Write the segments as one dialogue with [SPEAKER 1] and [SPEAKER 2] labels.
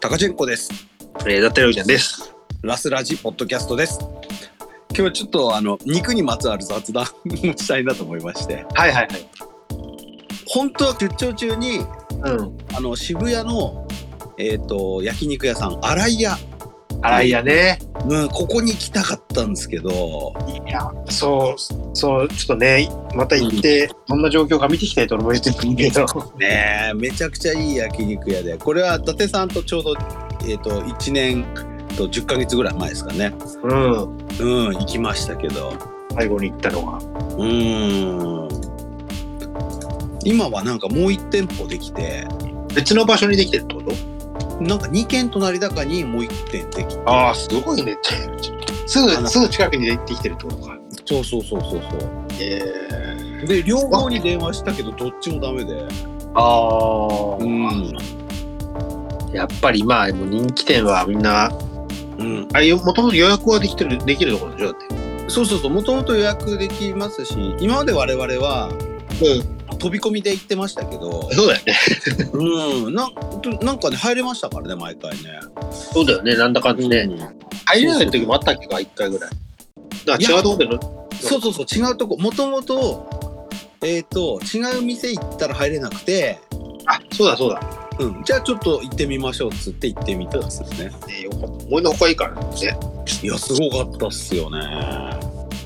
[SPEAKER 1] タカチェンコです。
[SPEAKER 2] えー、だったりおじゃんです。
[SPEAKER 1] ラスラジポッドキャストです。今日はちょっとあの肉にまつわる雑談を したいなと思いまして、
[SPEAKER 2] はいはいはい。
[SPEAKER 1] 本当は出張中に
[SPEAKER 2] うん。
[SPEAKER 1] あの渋谷のえっ、と焼肉屋さん新井屋、
[SPEAKER 2] 洗いやね。
[SPEAKER 1] うん、ここに来たかったんですけど、
[SPEAKER 2] いや、そう、そう、ちょっとね、また行って、どんな状況か見ていきたいと俺も言ってくるけど。
[SPEAKER 1] ねえめちゃくちゃいい焼肉屋で、これは伊達さんとちょうどえっ、と1年と10ヶ月ぐらい前ですかね。
[SPEAKER 2] うん。
[SPEAKER 1] うん、行きましたけど、
[SPEAKER 2] 最後に行ったのは。
[SPEAKER 1] うん。今はなんかもう1店舗できて。
[SPEAKER 2] 別の場所にできてるってこと
[SPEAKER 1] なんか2軒隣高にもう1軒できて
[SPEAKER 2] ああ、すごいね。すぐ、すぐ近くにできてるってことか。
[SPEAKER 1] そうそうそうそうそ
[SPEAKER 2] え
[SPEAKER 1] うで両方に電話したけどどっちもダメで
[SPEAKER 2] ー、ああ、
[SPEAKER 1] ん
[SPEAKER 2] やっぱりまあ、もう人気店はみんな、
[SPEAKER 1] うん、
[SPEAKER 2] あれ、もともと予約はできてる、できるところでしょだっ
[SPEAKER 1] そうそうそうもともと予約できますし今まで我々は
[SPEAKER 2] て。うん。
[SPEAKER 1] 飛び込みで行ってましたけど
[SPEAKER 2] そうだよね。
[SPEAKER 1] うんなんなんかね入れましたからね毎回ね
[SPEAKER 2] そうだよね。なんだかんだね。入れない時もあったっけか、一回ぐらい。だから違うとこでの
[SPEAKER 1] そうそうそう違うとこもともとえっ、と違う店行ったら入れなくて、
[SPEAKER 2] あ、そうだそうだ。
[SPEAKER 1] うん、じゃあちょっと行ってみましょうっつって行ってみたんですよね
[SPEAKER 2] ね、よかった。思いのほかいいからね。
[SPEAKER 1] いやすごかったっすよね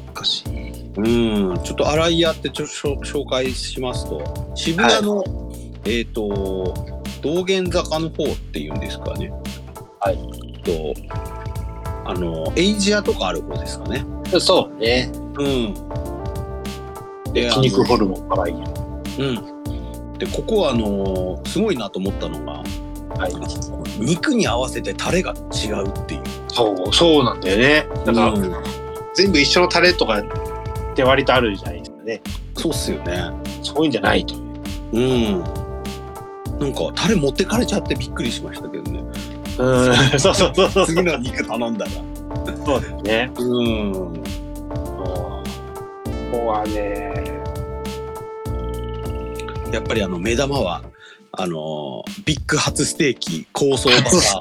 [SPEAKER 2] 昔。
[SPEAKER 1] うん、ちょっと新井屋ってちょっとしょ紹介しますと渋谷の、えっ、と道玄坂の方っていうんですかね
[SPEAKER 2] はい
[SPEAKER 1] とあのエイジアとかある方ですかね
[SPEAKER 2] そうね。
[SPEAKER 1] うんで
[SPEAKER 2] 筋肉
[SPEAKER 1] あ
[SPEAKER 2] ホルモンからいい。は
[SPEAKER 1] のうんでここはあのすごいなと思ったのが
[SPEAKER 2] い。
[SPEAKER 1] 肉に合わせてタレが違うっていう
[SPEAKER 2] そう、そうなんだよね。だから、
[SPEAKER 1] うん
[SPEAKER 2] 全部一緒のタレとかって割とあるじゃないですかね。
[SPEAKER 1] そうっすよね
[SPEAKER 2] そういうんじゃないと。
[SPEAKER 1] うんなんかタレ持ってかれちゃってびっくりしましたけど ね
[SPEAKER 2] うん。 そうそうそうそう。
[SPEAKER 1] 次の肉頼んだら
[SPEAKER 2] そうですね。
[SPEAKER 1] うん。
[SPEAKER 2] ここはね。
[SPEAKER 1] やっぱりあの目玉は、あのービッグハツステーキ、高層バ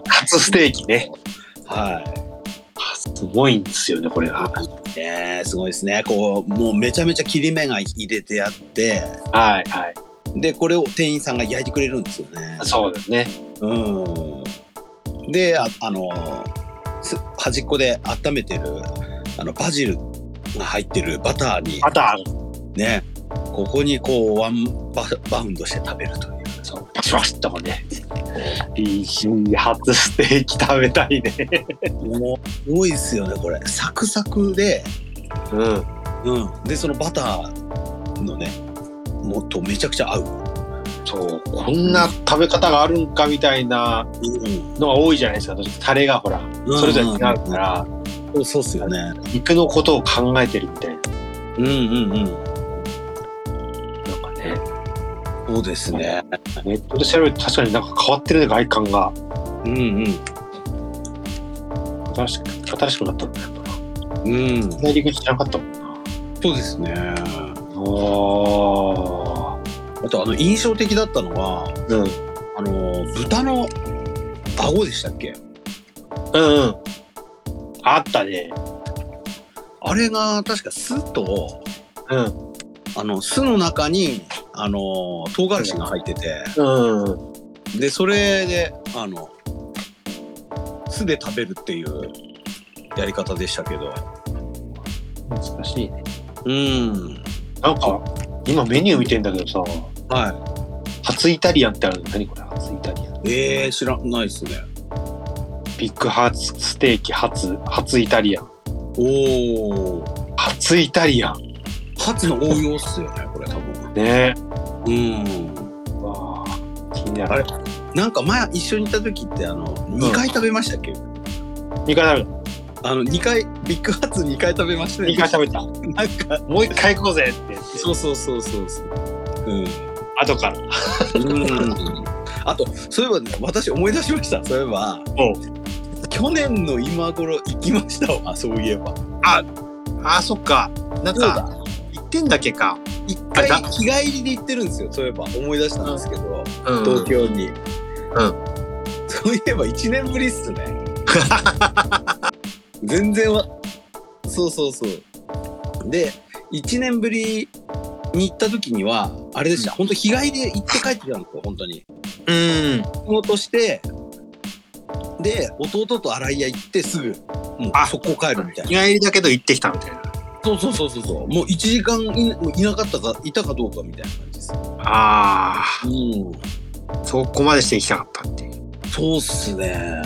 [SPEAKER 2] 初ステーキね。
[SPEAKER 1] ター。は
[SPEAKER 2] あすごいんですよね、これが。
[SPEAKER 1] い。ねえすごいですね。こう、もうめちゃめちゃ切り目が入れてあって、
[SPEAKER 2] はいはい。
[SPEAKER 1] で、これを店員さんが焼いてくれるんですよね。
[SPEAKER 2] そうですね。
[SPEAKER 1] うん。で、あ、あのーす端っこで温めてる、あの、バジルが入ってるバターに、
[SPEAKER 2] あとは、
[SPEAKER 1] ね、ここにこう、ワンババウンドして食べるという。
[SPEAKER 2] そう、パシパシッとかね。いいし、初ステーキ食べたいね。
[SPEAKER 1] もう、すごいですよね、これ。サクサクで、
[SPEAKER 2] うん。
[SPEAKER 1] うん、でそのバターのねもっとめちゃくちゃ合う、
[SPEAKER 2] そう、こんな食べ方があるんかみたいな
[SPEAKER 1] うん、
[SPEAKER 2] のが多いじゃないですか。どうしてもタレがほら、それぞれ違うから、
[SPEAKER 1] うんそうっすよね
[SPEAKER 2] 肉のことを考えてるみたいな。
[SPEAKER 1] うんうんうん
[SPEAKER 2] なんかね、
[SPEAKER 1] そうですね
[SPEAKER 2] ネットで調べると確かになんか変わってるね、外観が。
[SPEAKER 1] うん
[SPEAKER 2] 新しく、新しくなったんだよな。
[SPEAKER 1] うんうん
[SPEAKER 2] 内陸じゃなかったもんな。
[SPEAKER 1] そうですねあ
[SPEAKER 2] ああ。
[SPEAKER 1] とあの印象的だったのは
[SPEAKER 2] うん。うん
[SPEAKER 1] あの豚の顎でしたっけ
[SPEAKER 2] うん。あったね。
[SPEAKER 1] あれが確か酢と
[SPEAKER 2] うん。
[SPEAKER 1] あの酢の中にあの唐辛子が入ってて
[SPEAKER 2] うん。
[SPEAKER 1] でそれであの酢で食べるっていうやり方でしたけど
[SPEAKER 2] 難しいね。
[SPEAKER 1] うん
[SPEAKER 2] なんか、今メニュー見てんだけどさ、
[SPEAKER 1] はい
[SPEAKER 2] 初イタリアンってあるの何これ初イタリアン。
[SPEAKER 1] えー、知らないっすね。
[SPEAKER 2] ビッグハーツステーキ初、初イタリアン。
[SPEAKER 1] おお。
[SPEAKER 2] 初イタリアン。
[SPEAKER 1] 初の応用っすよね、これ多分。
[SPEAKER 2] ね
[SPEAKER 1] うん。
[SPEAKER 2] え。わあ、気にな
[SPEAKER 1] あ
[SPEAKER 2] る
[SPEAKER 1] れ。なんか前一緒にいた時ってあの2回食べましたっけ？
[SPEAKER 2] 二回食べ
[SPEAKER 1] あの2回ビッグハツ2回食べました
[SPEAKER 2] た。
[SPEAKER 1] ね。
[SPEAKER 2] 二回食べた。
[SPEAKER 1] べなんか
[SPEAKER 2] もう一回行こうぜって言って。
[SPEAKER 1] そうそうそうそうそう。うん。
[SPEAKER 2] 後から。
[SPEAKER 1] うん。あとそういえばね、私思い出しました。そういえば。
[SPEAKER 2] お
[SPEAKER 1] 去年の今頃行きましたわ。そういえば。
[SPEAKER 2] あ、そっか。なん
[SPEAKER 1] そうだ
[SPEAKER 2] か、。行ってんだっけか。
[SPEAKER 1] 一回
[SPEAKER 2] あだ
[SPEAKER 1] 日帰りで行ってるんですよ。そういえば思い出したんですけど。
[SPEAKER 2] うん
[SPEAKER 1] 東京に。
[SPEAKER 2] うん。
[SPEAKER 1] そういえば1年ぶりっす ね。全然わ、そうそうそう。で、1年ぶりに行った時には、あれでした。本当日帰りで行って帰ってきたんですよ、本当に。
[SPEAKER 3] うん。
[SPEAKER 1] 仕事して、で、弟と洗い屋行ってすぐ、もう
[SPEAKER 2] あ
[SPEAKER 1] 速攻帰るみたいな。
[SPEAKER 2] 日帰りだけど行ってきたみたいな。
[SPEAKER 1] そうそうそうそうそう。もう1時間いなもういなかったか、いたかどうかみたいな感じです。
[SPEAKER 2] あ
[SPEAKER 1] うん。
[SPEAKER 2] あ、そこまでして行きたかったっていう。
[SPEAKER 1] そうっすね。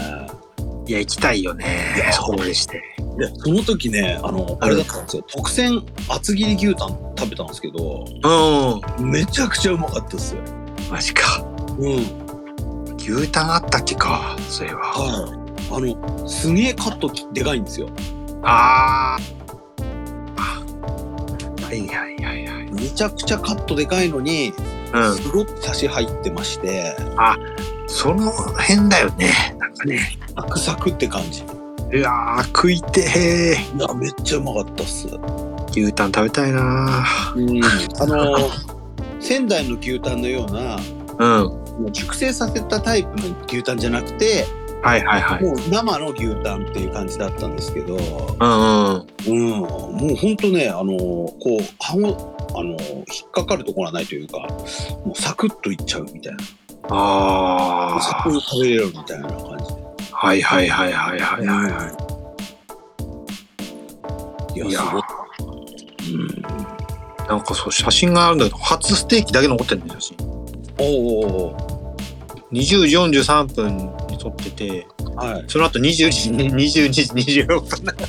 [SPEAKER 2] いや、行きたいよね
[SPEAKER 1] いや。
[SPEAKER 2] そこまでして。
[SPEAKER 1] で、その時ね、あの、あれだったんですよ。特選厚切り牛タン食べたんですけど、
[SPEAKER 2] うん。
[SPEAKER 1] めちゃくちゃうまかったですよ。
[SPEAKER 2] マジか。
[SPEAKER 1] うん。
[SPEAKER 2] 牛タンあったっけか。そういえば。
[SPEAKER 1] はい。あの、すげえカットきでかいんですよ。
[SPEAKER 2] ああ。はいはいはいはい。
[SPEAKER 1] めちゃくちゃカットでかいのに、
[SPEAKER 2] うん。
[SPEAKER 1] すごく差し入ってまして、
[SPEAKER 2] その辺だよね。なんかね。
[SPEAKER 1] サクサクって感じ。いう
[SPEAKER 2] わー、食いて
[SPEAKER 1] や、めっちゃうまかったっす。
[SPEAKER 2] ー。牛タン食べたいな
[SPEAKER 1] うん。 あの、仙台の牛タンのような、
[SPEAKER 2] ー。うん。
[SPEAKER 1] もう熟成させたタイプの牛タンじゃなくて、
[SPEAKER 2] はいはいはい。
[SPEAKER 1] もう生の牛タンっていう感じだったんですけど、
[SPEAKER 2] うんうん。
[SPEAKER 1] うん、もう本当ね、あのこう、歯を、あの引っかかるところはないというか、もうサクッといっちゃうみたいな。
[SPEAKER 2] あ
[SPEAKER 1] サ
[SPEAKER 2] あ
[SPEAKER 1] クッ。と食べれるみたいな感じ
[SPEAKER 2] はいはいはいはいはいはいは
[SPEAKER 1] で。
[SPEAKER 2] い。
[SPEAKER 1] い
[SPEAKER 2] い
[SPEAKER 1] や、
[SPEAKER 2] や
[SPEAKER 1] すごい。
[SPEAKER 2] ー
[SPEAKER 1] うん、
[SPEAKER 2] なんかそう写真があるんだけど、初ステーキだけ残ってるんですよ。写真
[SPEAKER 1] おうおうお
[SPEAKER 2] 20時43分に撮ってて、
[SPEAKER 1] うはい。
[SPEAKER 2] その後20時、22時24分 だから。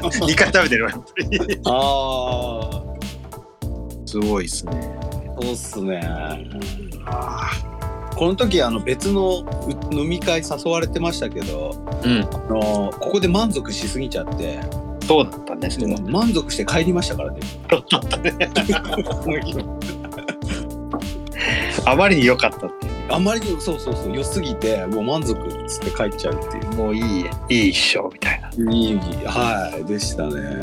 [SPEAKER 2] 2回食べてるわ、やっぱり。
[SPEAKER 1] ああ、
[SPEAKER 2] すごいですね。
[SPEAKER 1] そうっすね。
[SPEAKER 2] あ
[SPEAKER 1] この時、あの、別のう飲み会誘われてましたけど、
[SPEAKER 2] ーうん
[SPEAKER 1] あ。のここで満足しすぎちゃって、
[SPEAKER 2] そうだったね、それは。
[SPEAKER 1] 満足して帰りましたから ね。
[SPEAKER 2] あまりに良かったっていうね。
[SPEAKER 1] あまりにもそうそうそう良すぎてもう満足っつって帰っちゃうっていう
[SPEAKER 2] もういい、いいっしょ、みたいな。
[SPEAKER 1] いいはいでしたね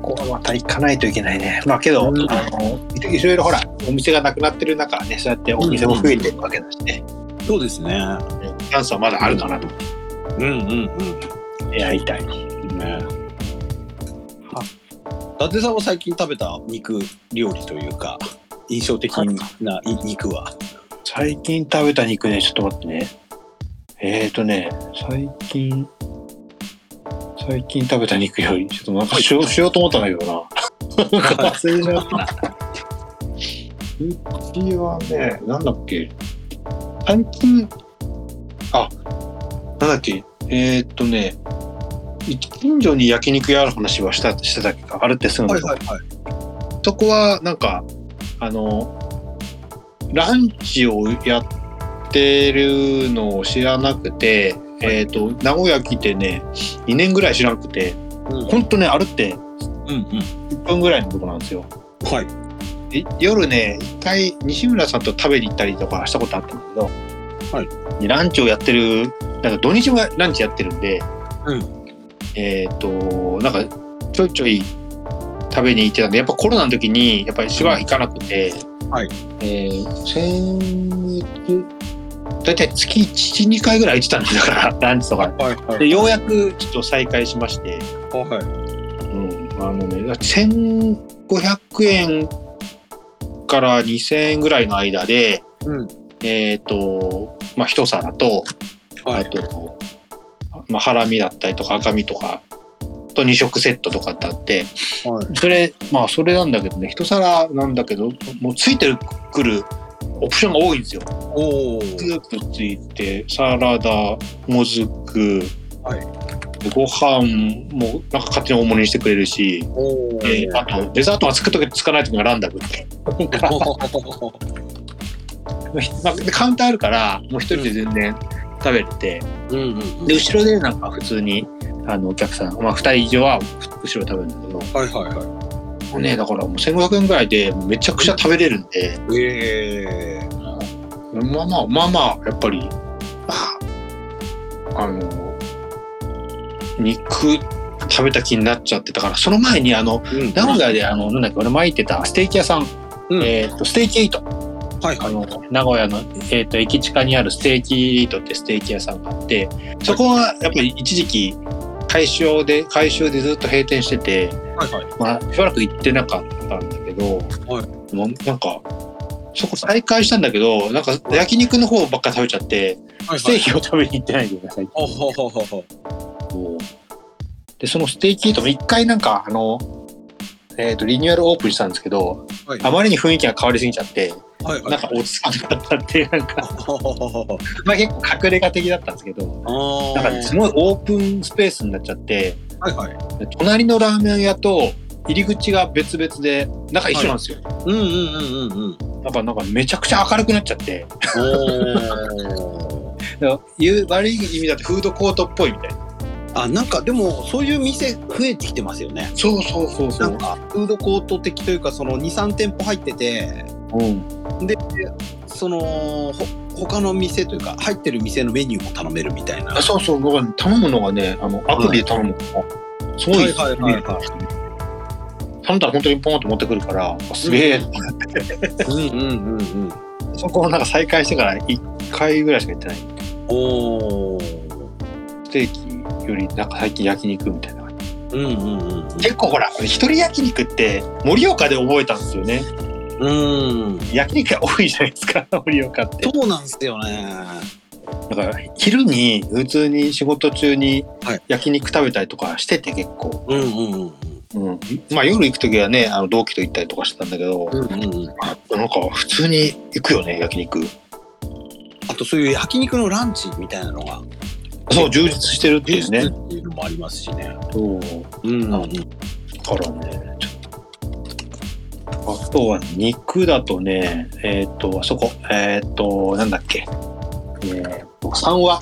[SPEAKER 2] ここはまた行かないといけないね。まあけど、
[SPEAKER 1] うん
[SPEAKER 2] あの、いろいろほら、お店がなくなってる中ね、そうやってお店も増えてるわけだしね。
[SPEAKER 1] そうですね
[SPEAKER 2] チャンスはまだあるかなと思
[SPEAKER 1] うんうん
[SPEAKER 2] ってやりたい。
[SPEAKER 1] うんね伊達さんは最近食べた肉料理というか印象的ない肉は
[SPEAKER 2] 最近食べた肉ね、ちょっと待ってね。えーとね、最近、最近食べた肉より、ちょっとなんかしよう、しようと思ったんだけどな。 忘れちゃった。次はね、なんだっけ。最近、あ、なんだっけ。えーっとね、い近所に焼肉屋ある話はした、してたっけか。あるってすぐの、
[SPEAKER 1] いはい
[SPEAKER 2] そこは、なんか、あの、ランチをやってるのを知らなくて、えーっと、名古屋来てね、2年ぐらい知らなくて、
[SPEAKER 1] うん
[SPEAKER 2] ほんとね、あるって
[SPEAKER 1] うんうん
[SPEAKER 2] 1分ぐらいのとこなんですよ。
[SPEAKER 1] はい
[SPEAKER 2] え夜ね一回西村さんと食べに行ったりとかしたことあったんだけど、はい、ランチをやってるなんか土日もランチやってるんで、
[SPEAKER 1] うん
[SPEAKER 2] えっ、となんかちょいちょい食べに行ってたんでやっぱコロナの時にやっぱりしばらく行かなくて、
[SPEAKER 1] はい
[SPEAKER 2] えー先月大体月12回ぐらい行ってたんだよだからランチとか。
[SPEAKER 1] はいは
[SPEAKER 2] でようやくちょっと再開しまして。
[SPEAKER 1] はい
[SPEAKER 2] うん、あのね、1500円から2000円ぐらいの間で、
[SPEAKER 1] うん
[SPEAKER 2] えっ、と、まあ、一皿と、
[SPEAKER 1] は
[SPEAKER 2] あ
[SPEAKER 1] い
[SPEAKER 2] と、まあ、ハラミだったりとか赤身とか、と2食セットとかってあって、
[SPEAKER 1] はい
[SPEAKER 2] それ、まあ、それなんだけどね、一皿なんだけど、もうついてくるオプションが多いんですよ。
[SPEAKER 1] おお
[SPEAKER 2] スープついて、サラダ、もずく、
[SPEAKER 1] は
[SPEAKER 2] でご飯もなんか勝手に大盛りにしてくれるし、
[SPEAKER 1] おお
[SPEAKER 2] えーあとデザートがつくときつかないときがランダムってまあでカウンターあるからもう一人で全然食べれて
[SPEAKER 1] うんうん
[SPEAKER 2] で後ろでなんか普通にあのお客さん、まあ、2人以上は後ろで食べるんだけども
[SPEAKER 1] はいはいは
[SPEAKER 2] うねだからもう1500円ぐらいでめちゃくちゃ食べれるんで、
[SPEAKER 1] いええ
[SPEAKER 2] まあまあまあまあやっぱりまああの肉食べた気になっちゃってだからその前にあの
[SPEAKER 1] うん
[SPEAKER 2] 名古屋であのなんだっけ俺前行ってたステーキ屋さん、
[SPEAKER 1] うん
[SPEAKER 2] えーっとステーキエイト
[SPEAKER 1] はい
[SPEAKER 2] あ
[SPEAKER 1] はい。
[SPEAKER 2] の名古屋の、えー、と駅近にあるステーキイートってステーキ屋さんがあってそこはやっぱり一時期改修で改修でずっと閉店してて、
[SPEAKER 1] はいはい。
[SPEAKER 2] まあ、しばらく行ってなかったんだけど、
[SPEAKER 1] は
[SPEAKER 2] もうなんかそこ再開したんだけどなんか焼肉の方ばっか食べちゃって
[SPEAKER 1] はい
[SPEAKER 2] ステ
[SPEAKER 1] は
[SPEAKER 2] ー
[SPEAKER 1] い。
[SPEAKER 2] キを食べに行ってないんだよね最近。
[SPEAKER 1] ほうほうほうほうほう。
[SPEAKER 2] でそのステーキイートも一回なんかあの、えー、とリニューアルオープンしたんですけど
[SPEAKER 1] はい
[SPEAKER 2] あまりに雰囲気が変わりすぎちゃって
[SPEAKER 1] はいはい。
[SPEAKER 2] なんか落ち着かなかったっていうなんか
[SPEAKER 1] ほうほうほうほう。
[SPEAKER 2] まあ、結構隠れ家的だったんですけど、
[SPEAKER 1] あ
[SPEAKER 2] な
[SPEAKER 1] あ。
[SPEAKER 2] んかすごいオープンスペースになっちゃって、
[SPEAKER 1] はいはい。
[SPEAKER 2] 隣のラーメン屋と入り口が別々で、中一緒なんですよ。
[SPEAKER 1] うんうんうんうんうん。
[SPEAKER 2] だからなんかめちゃくちゃ明るくなっちゃって、
[SPEAKER 1] おー
[SPEAKER 2] 言う悪い意味だってフードコートっぽいみたいな。
[SPEAKER 1] あなんかでもそういう店増えてきてますよね。
[SPEAKER 2] そうそうそうそ
[SPEAKER 1] なん。かフードコート的というかその23店舗入ってて
[SPEAKER 2] うん、
[SPEAKER 1] そのほ他の店というか入ってる店のメニューも頼めるみたいな
[SPEAKER 2] あそうそう、僕は頼むのがね、あのアプリで頼むのが、すごい、
[SPEAKER 1] はいはいはいは
[SPEAKER 2] 頼んだら本当にポンと持ってくるから、すげえ、
[SPEAKER 1] うんうんうんうん
[SPEAKER 2] そこをなんか再開してから1回ぐらいしか行ってない。
[SPEAKER 1] おお
[SPEAKER 2] ステーキよりなんか最近焼肉みたいな。
[SPEAKER 1] うんうんうん
[SPEAKER 2] 結構ほら一人焼肉って盛岡で覚えたんですよね
[SPEAKER 1] うんうん
[SPEAKER 2] 焼肉が多いじゃないですか 盛岡って
[SPEAKER 1] そうなんすよね
[SPEAKER 2] だから昼に普通に仕事中に
[SPEAKER 1] はい
[SPEAKER 2] 焼肉食べたりとかしてて結構、
[SPEAKER 1] うんうんうん
[SPEAKER 2] うん、まあ夜行く時はねあの同期と行ったりとかしてたんだけど、
[SPEAKER 1] うんうんうん
[SPEAKER 2] あなんか普通に行くよね焼肉
[SPEAKER 1] あとそういう焼肉のランチみたいなのが
[SPEAKER 2] そう充実してるっていうね
[SPEAKER 1] っていうのもありますしね
[SPEAKER 2] そう
[SPEAKER 1] うん
[SPEAKER 2] うんうんからねちょっとあとは肉だとねえっ、とあそこえっ、となんだっけえーと三和
[SPEAKER 1] は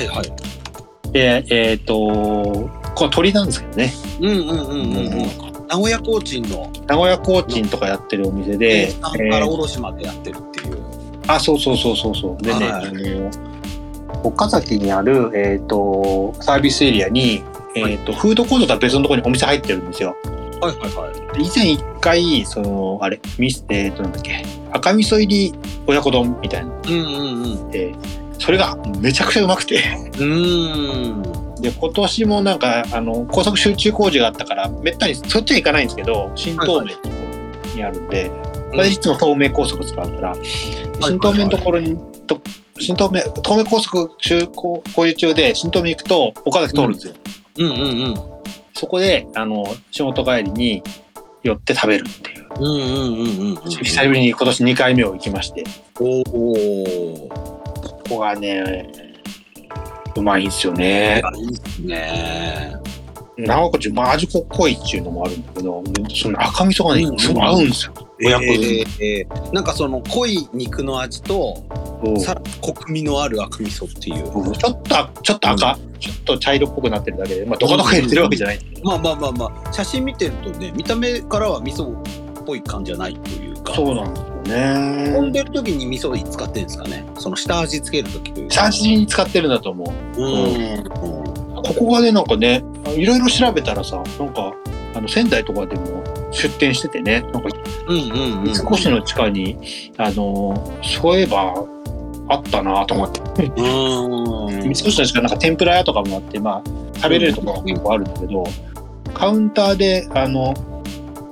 [SPEAKER 1] いはい
[SPEAKER 2] で、えっ、と、これ鳥なんですけどね。
[SPEAKER 1] うんうんうんうんうん名古屋コーチンの
[SPEAKER 2] 名古屋コーチンとかやってるお店で、
[SPEAKER 1] 三
[SPEAKER 2] え
[SPEAKER 1] から
[SPEAKER 2] ー
[SPEAKER 1] 卸までやってるっていう。
[SPEAKER 2] あ、そうそうそうそうそう。でね、
[SPEAKER 1] はい
[SPEAKER 2] あの、岡崎にある、えっ、と、サービスエリアに、えっ、と、フードコートとは別のところにお店入ってるんですよ。
[SPEAKER 1] はいはいはい。
[SPEAKER 2] 以前一回、その、あれ、ミス、えっ、と、なんだっけ、赤味噌入り親子丼みたいなの
[SPEAKER 1] うんうんうん。
[SPEAKER 2] で、それがめちゃくちゃうまくて。
[SPEAKER 1] うん。
[SPEAKER 2] で今年もなんかあの高速集中工事があったからめったにそっちは行かないんですけど新東名にあるんで、
[SPEAKER 1] うん
[SPEAKER 2] 私いつも東名高速使うから、新東名のところにと新東名東名高速中工工事中で新東名行くと岡崎通るんですよ、
[SPEAKER 1] うんうんうん。
[SPEAKER 2] そこであの仕事帰りに寄って食べるっていう、
[SPEAKER 1] うんうんうんうん。
[SPEAKER 2] 久しぶりに今年2回目を行きまして
[SPEAKER 1] おお。
[SPEAKER 2] ここがねうまいんですよね
[SPEAKER 1] いいっすね。
[SPEAKER 2] なおかつまあ味濃っこいっていうのもあるんだけどその赤味噌がね、
[SPEAKER 1] うん
[SPEAKER 2] すごい合うんですよ親子丼
[SPEAKER 1] えーえーなんかその濃い肉の味と、さらにコクみのある赤味噌っていう。
[SPEAKER 2] ちょっと、ちょっと赤、ちょっと茶色っぽくなってるだけで、まあ、どこどこ入れてるわけじゃない。
[SPEAKER 1] まあまあまあまあ、写真見てるとね、見た目からは味噌っぽい感じじゃないというか。
[SPEAKER 2] そうなんですよ
[SPEAKER 1] 揉ん
[SPEAKER 2] ね。
[SPEAKER 1] でる時に味噌使ってるんですかね。その下味つける時というか。
[SPEAKER 2] 写真に使ってるんだと思う。
[SPEAKER 1] うん。
[SPEAKER 2] ここがね、なんかね、いろいろ調べたらさ、なんか、あの仙台とかでも出店しててね、なんか
[SPEAKER 1] うんうんうん。
[SPEAKER 2] 少しの地下に、あの、そういえば、あったなと思って、
[SPEAKER 1] うん。
[SPEAKER 2] 少しの地下なんか天ぷら屋とかもあって、まあ、食べれるところが結構あるんだけど、カウンターで、あの、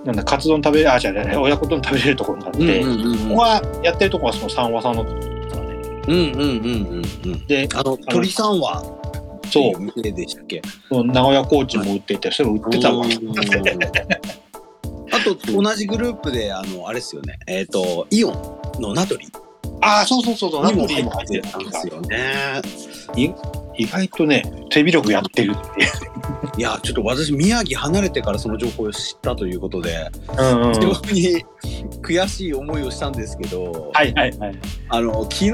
[SPEAKER 2] なんだ、カツ丼食べれ、あ、じゃあ、親子丼食べれるところがあって、
[SPEAKER 1] うんうんうん
[SPEAKER 2] ここはやってるとこはその三和さんのとこですよね。
[SPEAKER 1] うんうんうんうんうん。
[SPEAKER 2] で、
[SPEAKER 1] あの鳥さんはって
[SPEAKER 2] そう
[SPEAKER 1] い店でしたっけ？
[SPEAKER 2] その名古屋コーチも売っていて、それを売ってたわ。
[SPEAKER 1] うんあと同じグループであのあれですよね。えっ、とイオンのナトリ
[SPEAKER 2] ああ、そうそうそうそう、ナ
[SPEAKER 1] にも
[SPEAKER 2] ポリ
[SPEAKER 1] 入
[SPEAKER 2] も入
[SPEAKER 1] っ
[SPEAKER 2] っ
[SPEAKER 1] て
[SPEAKER 2] てた
[SPEAKER 1] た
[SPEAKER 2] ん
[SPEAKER 1] ん
[SPEAKER 2] で
[SPEAKER 1] ですす
[SPEAKER 2] よ。
[SPEAKER 1] よね。
[SPEAKER 2] 意外とね、手広くやってるっていう。
[SPEAKER 1] いやちょっと私宮城離れてからその情報を知ったということで、
[SPEAKER 2] うん うん
[SPEAKER 1] 非常に悔しい思いをしたんですけど、
[SPEAKER 2] はいはいはい。
[SPEAKER 1] あの昨日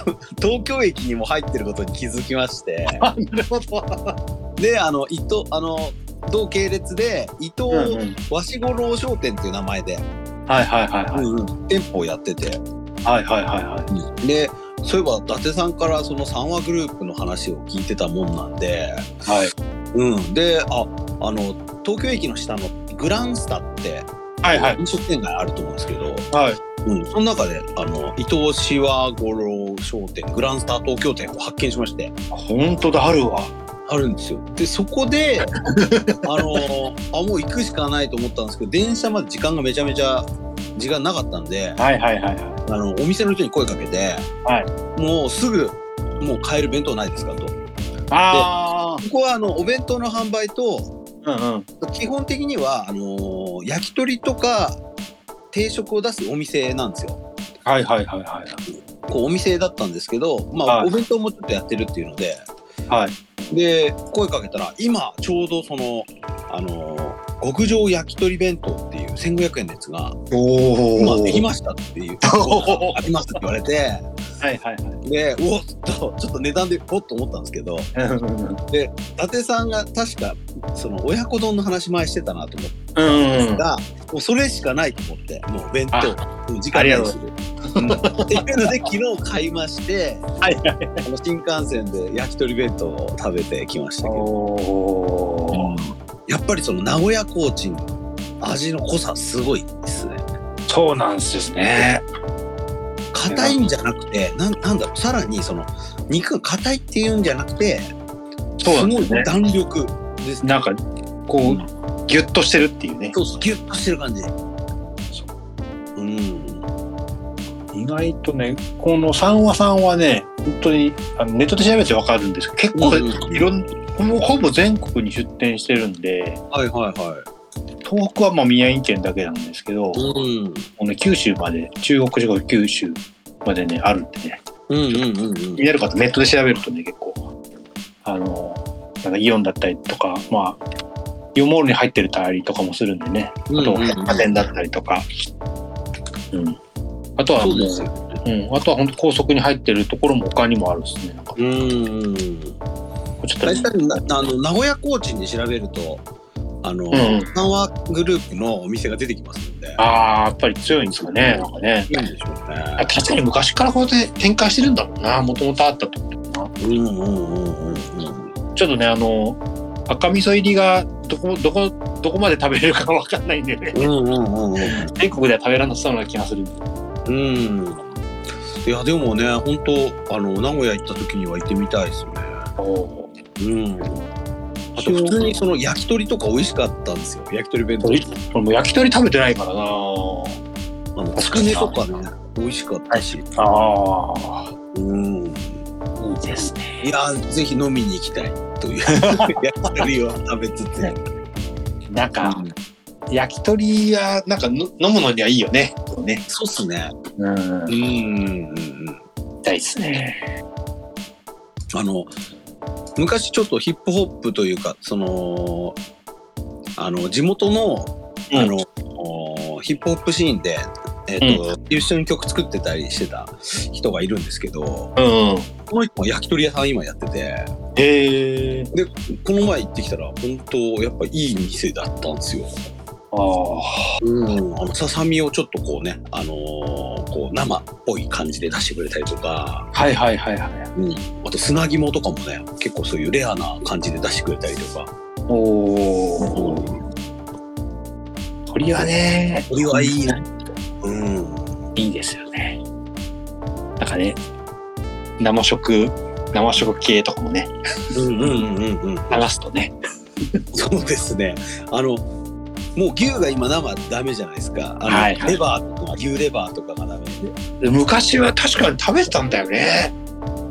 [SPEAKER 1] 東京駅にも入ってることに気づきまして。
[SPEAKER 2] あなるほど。
[SPEAKER 1] であの伊藤あの同系列で伊藤
[SPEAKER 2] うんうん
[SPEAKER 1] 和紙五郎商店っていう名前で、
[SPEAKER 2] はいはいはいはい。
[SPEAKER 1] 店舗をやってて、
[SPEAKER 2] はいはいはいはい。
[SPEAKER 1] でそういえば伊達さんからその三和グループの話を聞いてたもんなんで、
[SPEAKER 2] はい
[SPEAKER 1] うん、でああの東京駅の下のグランスタって
[SPEAKER 2] はいはい。
[SPEAKER 1] 飲食店街あると思うんですけど、
[SPEAKER 2] はい
[SPEAKER 1] うん、その中で、あの、伊藤志和五郎商店、グランスター東京店を発見しまして、
[SPEAKER 2] 本当だ、あるわ。
[SPEAKER 1] あるんですよ。で、そこ で、あの、あ、もう行くしかないと思ったんですけど、電車まで時間がめちゃめちゃ、時間なかったんで、
[SPEAKER 2] はいはいはいは
[SPEAKER 1] あの、お店の人に声かけて、
[SPEAKER 2] は
[SPEAKER 1] もうすぐ、もう買える弁当ないですかと。こ
[SPEAKER 2] い。ああ。
[SPEAKER 1] こは、あの、お弁当の販売と、
[SPEAKER 2] うんうん。
[SPEAKER 1] 基本的には、あの焼き鳥とか、定食を出すお店なんですよ。
[SPEAKER 2] はいはいはいはい。
[SPEAKER 1] こうお店だったんですけど、まあ
[SPEAKER 2] はい
[SPEAKER 1] お弁当もちょっとやってるっていうので
[SPEAKER 2] はい。
[SPEAKER 1] で声かけたら今ちょうどその、あのー極上焼き鳥弁当っていう1500円のやつが
[SPEAKER 2] お
[SPEAKER 1] 今でき
[SPEAKER 2] は
[SPEAKER 1] ましたって いう
[SPEAKER 2] おー
[SPEAKER 1] ありますって言われて
[SPEAKER 2] いはい
[SPEAKER 1] でうおっとちょっと値段でおっと思ったんですけど
[SPEAKER 2] はい。 うんうんうん。
[SPEAKER 1] 伊達さんが確かその親子丼の話前してたなと思っ
[SPEAKER 2] うんう
[SPEAKER 1] た
[SPEAKER 2] ん。
[SPEAKER 1] ら、もうそれしかないと思ってもう弁当うん時間
[SPEAKER 2] ありが
[SPEAKER 1] ない
[SPEAKER 2] と
[SPEAKER 1] し。うんっていうので昨日買いまして。
[SPEAKER 2] はいはい。
[SPEAKER 1] あの新幹線で焼き鳥弁当を食べてきましたけど、
[SPEAKER 2] おー
[SPEAKER 1] やっぱりその名古屋コーチン味の濃さすごいですね
[SPEAKER 2] そうなんですね。
[SPEAKER 1] 硬いんじゃなくてなんなんだろうさらにその肉が硬いっていうんじゃなくてす
[SPEAKER 2] そうなん
[SPEAKER 1] ご
[SPEAKER 2] で
[SPEAKER 1] い
[SPEAKER 2] すね。
[SPEAKER 1] 弾力ですね
[SPEAKER 2] なんか、こう、ギュッとしてるっていうね。
[SPEAKER 1] そうそうギュッとしてる感じ
[SPEAKER 2] そ
[SPEAKER 1] うん
[SPEAKER 2] 意外とね、この三和さんはね、本当にあのネットで調べてわかるんですけ
[SPEAKER 1] う
[SPEAKER 2] ど、
[SPEAKER 1] ん
[SPEAKER 2] 結
[SPEAKER 1] う
[SPEAKER 2] 構
[SPEAKER 1] ん
[SPEAKER 2] いろん、もうほぼ全国に出店してるんで、
[SPEAKER 1] はいはいはい
[SPEAKER 2] 東北はまあ宮城県だけなんですけど、も
[SPEAKER 1] うん
[SPEAKER 2] うね、九州まで、中国地方九州までね、あるんでね、
[SPEAKER 1] うんうんうんうん
[SPEAKER 2] 気になる方、ネットで調べるとね、結構、あの、なんかイオンだったりとか、まあ、イオンモールに入ってるたりとかもするんでね、あと、
[SPEAKER 1] うんうんうん
[SPEAKER 2] 百貨店だったりとか、うん。あとはも
[SPEAKER 1] そううですよ
[SPEAKER 2] うん、あとは本当高速に入ってるところも他にもあるんですね。なんか
[SPEAKER 1] うんうんうん
[SPEAKER 2] ちょっと、
[SPEAKER 1] 大体なあの名古屋コーチンで調べるとあの、
[SPEAKER 2] ん
[SPEAKER 1] 三和グループのお店が出てきますので
[SPEAKER 2] ああ、やっぱり強いんですかね。なんかね。
[SPEAKER 1] いいんでしょうね。
[SPEAKER 2] 確かに昔からこうやって展開してるんだろうな。もともとあったと。
[SPEAKER 1] うんうんうんうんうん。
[SPEAKER 2] ちょっとね、あの、赤味噌入りがどこ、どこ、どこまで食べれるかわかんないんでね。
[SPEAKER 1] うんうんうん
[SPEAKER 2] 全国では食べられなさそうな気がする。
[SPEAKER 1] うん。うん。いやでもね、本当あの名古屋行った時には行ってみたいですね。
[SPEAKER 2] お
[SPEAKER 1] うん。あと普通にその焼き鳥とか美味しかったんですよ。焼き鳥弁当。
[SPEAKER 2] 俺もう焼き鳥食べてないからな。
[SPEAKER 1] あのつくねとかね、美味しかったし。
[SPEAKER 2] ああ、
[SPEAKER 1] うん。い
[SPEAKER 2] いいですね。
[SPEAKER 1] やぜひ飲みに行きたいという 焼き鳥を食べつつ。
[SPEAKER 2] なんか、焼き鳥は、なんかの飲むのにはいいよね。ね。
[SPEAKER 1] そうっすね。
[SPEAKER 2] うん
[SPEAKER 1] うん。うんうん。
[SPEAKER 2] たいですね。
[SPEAKER 1] あの昔ちょっとヒップホップというかそのあの地元の,、
[SPEAKER 2] うん
[SPEAKER 1] あのおヒップホップシーンで、えっと一緒に曲作ってたりしてた人がいるんですけど
[SPEAKER 2] うん。
[SPEAKER 1] この人も焼き鳥屋さん今やってて
[SPEAKER 2] へえ。
[SPEAKER 1] この前行ってきたら本当やっぱいい店だったんですよ。
[SPEAKER 2] ああ。
[SPEAKER 1] あのささみをちょっとこうね、あのーこう生っぽい感じで出してくれたりとか、
[SPEAKER 2] はいはいはいはい。
[SPEAKER 1] うん、あと砂肝とかもね結構そういうレアな感じで出してくれたりとか。
[SPEAKER 2] おお。鳥はね、
[SPEAKER 1] 鳥はいいね。うん。
[SPEAKER 2] いいですよね。なんかね、生食、生食系とかもね、
[SPEAKER 1] うんうんうんうん。
[SPEAKER 2] 流すとね。
[SPEAKER 1] そうですね。あの、もう牛が今生ダメじゃないですか。あの、
[SPEAKER 2] はいはい
[SPEAKER 1] レバーとか、牛レバーとかがダメで。
[SPEAKER 2] 昔は確かに食べてたんだよね。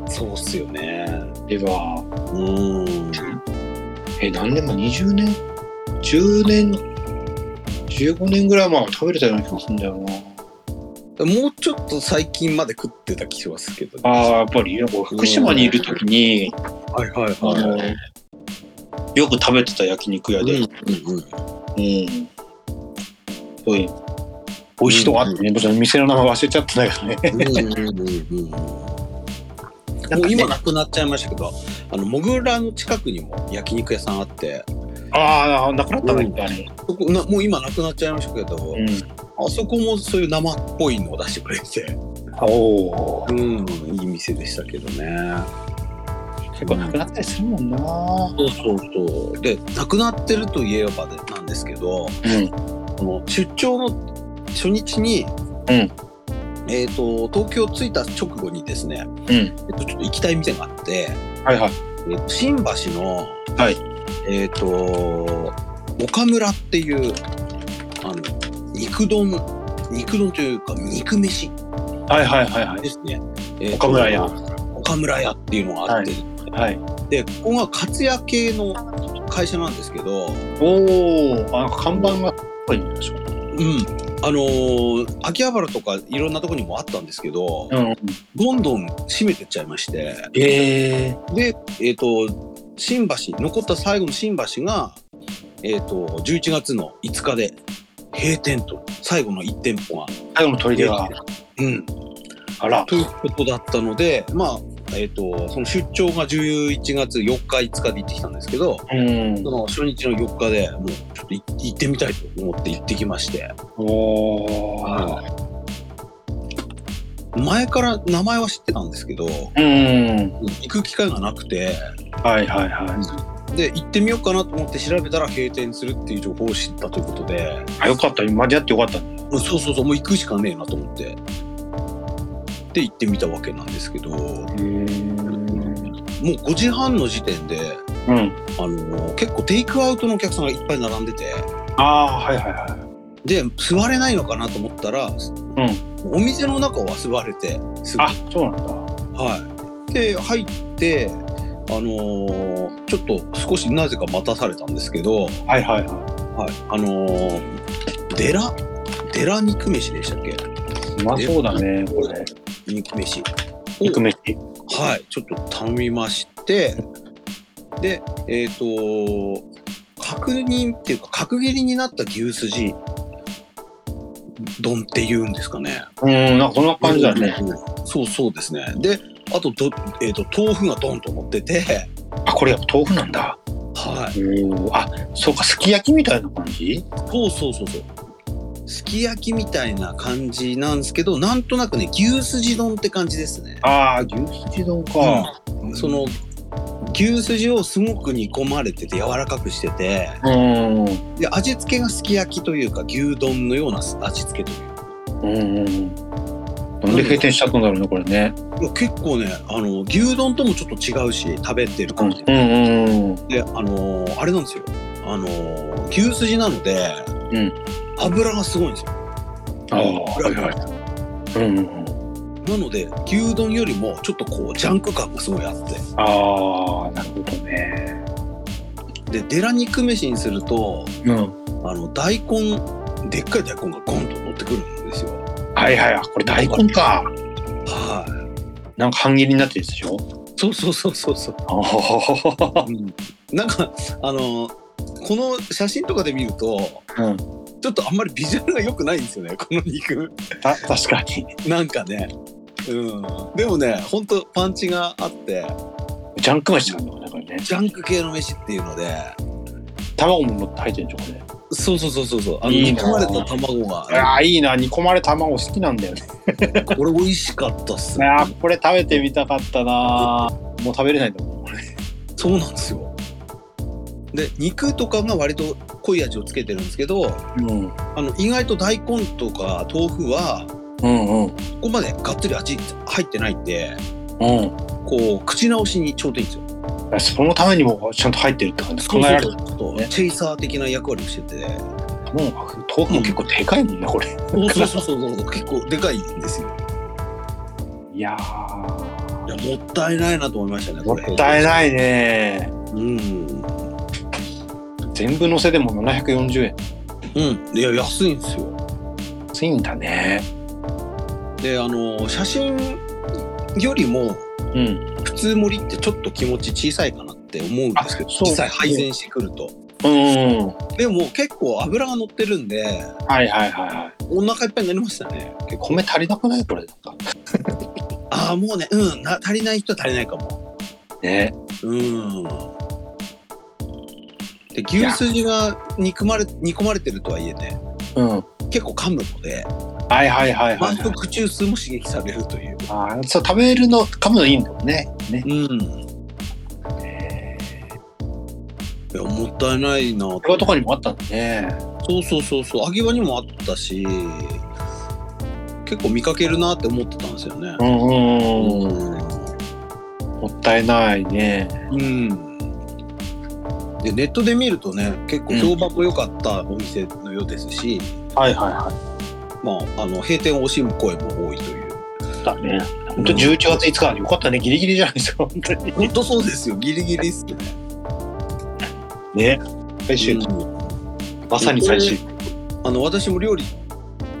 [SPEAKER 1] そうっすよね。
[SPEAKER 2] では、
[SPEAKER 1] うん。
[SPEAKER 2] え、何年も20年 ?10 年 ?15 年ぐらい前は食べれたような気がするんだよな。
[SPEAKER 1] もうちょっと最近まで食ってた気はするけど、
[SPEAKER 2] ああ、やっぱり、やっぱ福島にいる時に、
[SPEAKER 1] はいはい
[SPEAKER 2] あの、
[SPEAKER 1] はい。
[SPEAKER 2] よく食べてた焼肉屋
[SPEAKER 1] うん
[SPEAKER 2] で、
[SPEAKER 1] うんうん、
[SPEAKER 2] うん。そういう。美味しいとこあってね、僕店の名前忘れちゃったんだけどね。
[SPEAKER 1] うんうんうんうんもう今なくなっちゃいましたけど、あのモグラの近くにも焼肉屋さんあって、
[SPEAKER 2] ああ、なくなったな、一回ね。
[SPEAKER 1] そこなもう今なくなっちゃいましたけど、あそこもそういう生っぽいのを出してくれて、
[SPEAKER 2] おお。
[SPEAKER 1] うん、いい店でしたけどね。
[SPEAKER 2] 結構なくなったりするもんな。
[SPEAKER 1] そうそうそう。で、亡くなってるといえばでなんですけど、
[SPEAKER 2] うん。
[SPEAKER 1] この出張の初日に、
[SPEAKER 2] うん
[SPEAKER 1] えっ、と、東京着いた直後にですね、
[SPEAKER 2] うん。
[SPEAKER 1] えっとちょっと行きたい店があって、
[SPEAKER 2] はいはい。
[SPEAKER 1] えっと新橋の、
[SPEAKER 2] はい
[SPEAKER 1] えっ、と、岡村っていう、あの、肉丼、肉丼というか、肉飯
[SPEAKER 2] はいはいはいは
[SPEAKER 1] ですね。え
[SPEAKER 2] い。
[SPEAKER 1] ーと
[SPEAKER 2] 岡村屋。
[SPEAKER 1] 岡村屋っていうのがあって、
[SPEAKER 2] はい。
[SPEAKER 1] で、ここが勝屋系の会社なんですけど、
[SPEAKER 2] おお、あ、看板が。はい。
[SPEAKER 1] うん、あのー秋葉原とかいろんなとこにもあったんですけど、
[SPEAKER 2] うん。
[SPEAKER 1] どんどん閉めてっちゃいまして
[SPEAKER 2] ええ。
[SPEAKER 1] で、えっと新橋残った最後の新橋が、えっと11月の5日で閉店と最後の1店舗が、
[SPEAKER 2] 最後の砦が。
[SPEAKER 1] うん、
[SPEAKER 2] あら。
[SPEAKER 1] ということだったのでまあ、えっとその出張が11月4日5日で行ってきたんですけど
[SPEAKER 2] うん
[SPEAKER 1] そ。の初日の4日でもうちょっとい行ってみたいと思って行ってきまして。
[SPEAKER 2] おお。
[SPEAKER 1] 前から名前は知ってたんですけど
[SPEAKER 2] うん。
[SPEAKER 1] 行く機会がなくて
[SPEAKER 2] はいはいは
[SPEAKER 1] で行ってみようかなと思って調べたら閉店するっていう情報を知ったということで
[SPEAKER 2] い。あ、よかった。間に合ってよかった。
[SPEAKER 1] もうそうそうそうもう行くしかねえなと思ってで行ってみたわけなんですけども
[SPEAKER 2] うん。
[SPEAKER 1] う5時半の時点であの結構テイクアウトのお客さんがいっぱい並んでて
[SPEAKER 2] ああー、はいはいは
[SPEAKER 1] で座れないのかなと思ったら、お店の中は座れてすぐ
[SPEAKER 2] い。あ、そうなんだ。
[SPEAKER 1] はい、で入って、あのーちょっと少しなぜか待たされたんですけど、はい
[SPEAKER 2] はいはいは
[SPEAKER 1] あのーデラデラ肉飯でしたっけ
[SPEAKER 2] い。うまそうだね、これ。
[SPEAKER 1] 肉飯を
[SPEAKER 2] 肉飯。
[SPEAKER 1] はい、ちょっと頼みましてでえっ、と角煮っていうか角切りになった牛すじ丼っていうんですかね。
[SPEAKER 2] うん、なんかそんな感じだね。
[SPEAKER 1] うん。そうそうですね。であとど、えー、と豆腐がドンと乗ってて。
[SPEAKER 2] あ、これやっぱ豆腐なんだ。
[SPEAKER 1] はい、
[SPEAKER 2] おーあ、そうか、すき焼きみたいな感じ
[SPEAKER 1] そうそうそうそう。すき焼きみたいな感じなんですけど、なんとなくね、牛すじ丼って感じですね。
[SPEAKER 2] ああ、牛すじ丼か。
[SPEAKER 1] その牛すじをすごく煮込まれてて柔らかくしてて、
[SPEAKER 2] うん。うん
[SPEAKER 1] で味付けがすき焼きというか牛丼のような味付けというか。
[SPEAKER 2] うんうん。なんで閉店しちゃったんだろうね、これね。
[SPEAKER 1] いや結構ね、あの牛丼ともちょっと違うし、食べてる感じ、
[SPEAKER 2] うんうん。
[SPEAKER 1] で、あのーあれなんですよ。あのー牛すじなので、
[SPEAKER 2] うん
[SPEAKER 1] 油がすごいんですよ。
[SPEAKER 2] ああ、はいはい。うんうん。
[SPEAKER 1] なので牛丼よりもちょっとこうジャンク感がすごいあって。
[SPEAKER 2] ああ、なるほどね。
[SPEAKER 1] でデラ肉飯にすると
[SPEAKER 2] うん。
[SPEAKER 1] あの大根でっかい大根がゴンと乗ってくるんですよ
[SPEAKER 2] はいはい、あこれ大根か。
[SPEAKER 1] は
[SPEAKER 2] なんか半切りになってるやつでしょ
[SPEAKER 1] いそうそうそうそうそう、
[SPEAKER 2] ああ、
[SPEAKER 1] なんかあのこの写真とかで見ると
[SPEAKER 2] うん。
[SPEAKER 1] ちょっとあんまりビジュアルが良くないんですよねこの肉
[SPEAKER 2] た、 確かに。
[SPEAKER 1] なんかねうんでもねほんとパンチがあって
[SPEAKER 2] ジャンク飯なんだもんね、これね。
[SPEAKER 1] ジャンク系の飯っていうので
[SPEAKER 2] 卵も入ってるんでしょ、これ。
[SPEAKER 1] そうそうそうそうそうあの
[SPEAKER 2] いい
[SPEAKER 1] 煮
[SPEAKER 2] な
[SPEAKER 1] 込まれた卵が
[SPEAKER 2] ああ、いいな。煮込まれ卵好きなんだよね。
[SPEAKER 1] これ美味しかったっす
[SPEAKER 2] いやー、これ食べてみたかったなー。もう食べれないと思う。
[SPEAKER 1] そうなんですよ。で肉とかが割と濃い味をつけてるんですけど
[SPEAKER 2] うん。
[SPEAKER 1] あの意外と大根とか豆腐は
[SPEAKER 2] うんうん。
[SPEAKER 1] ここまでがっつり味入ってないんで
[SPEAKER 2] うん。
[SPEAKER 1] こう口直しにちょうどいいんですよ。
[SPEAKER 2] そのためにもちゃんと入ってるって感じ。考えられる。
[SPEAKER 1] そうそうそう
[SPEAKER 2] ね
[SPEAKER 1] チェイサー的な役割をしてて
[SPEAKER 2] もう豆腐も結構でかいもんね、これ。
[SPEAKER 1] そうそうそうそう結構でかいんですよ。
[SPEAKER 2] いやー。
[SPEAKER 1] いやもったいないなと思いましたねこ
[SPEAKER 2] も
[SPEAKER 1] れ。
[SPEAKER 2] ったいないね
[SPEAKER 1] うん
[SPEAKER 2] 全部乗せでも740円。
[SPEAKER 1] うんいや安いんですよ。
[SPEAKER 2] 安いんだね。
[SPEAKER 1] であの写真よりも
[SPEAKER 2] うん。
[SPEAKER 1] 普通盛りってちょっと気持ち小さいかなって思うんですけど
[SPEAKER 2] あそう
[SPEAKER 1] 小さい配膳してくると
[SPEAKER 2] うん。
[SPEAKER 1] でも結構油が乗ってるんで
[SPEAKER 2] はいはいはいはい。
[SPEAKER 1] お腹いっぱいになりましたね結構
[SPEAKER 2] 米足りなくないこれ。なんか
[SPEAKER 1] ああもうねうんな足りない人は足りないかも
[SPEAKER 2] ね。
[SPEAKER 1] うんで牛すじが煮込まれ煮込まれてるとはいえね
[SPEAKER 2] うん。
[SPEAKER 1] 結構噛むので
[SPEAKER 2] はいはいはいはい、
[SPEAKER 1] 満
[SPEAKER 2] はい。
[SPEAKER 1] 腹中枢も刺激されるという
[SPEAKER 2] ああ、そう、食べるの、噛むのいいんだもんね。ね。
[SPEAKER 1] うんいやもったいないなと
[SPEAKER 2] こういうとこにもあったんだね。
[SPEAKER 1] そうそうそうそう、揚げ場にもあったし、結構見かけるなって思ってたんですよね。
[SPEAKER 2] うんうんう
[SPEAKER 1] う
[SPEAKER 2] ん。もったいないね。
[SPEAKER 1] ん。で、ネットで見るとね、結構評判も良かったお店のようですし、
[SPEAKER 2] はいはいは
[SPEAKER 1] まあ、あの、閉店を惜しむ声も多いという。
[SPEAKER 2] い。だね。本当11月5日よかったね。ギリギリじゃないですか。本当 に。
[SPEAKER 1] 本当そうですよ。ギリギリっすね。
[SPEAKER 2] ね。最終、
[SPEAKER 1] うん
[SPEAKER 2] まさに最終。
[SPEAKER 1] あの、私も料理、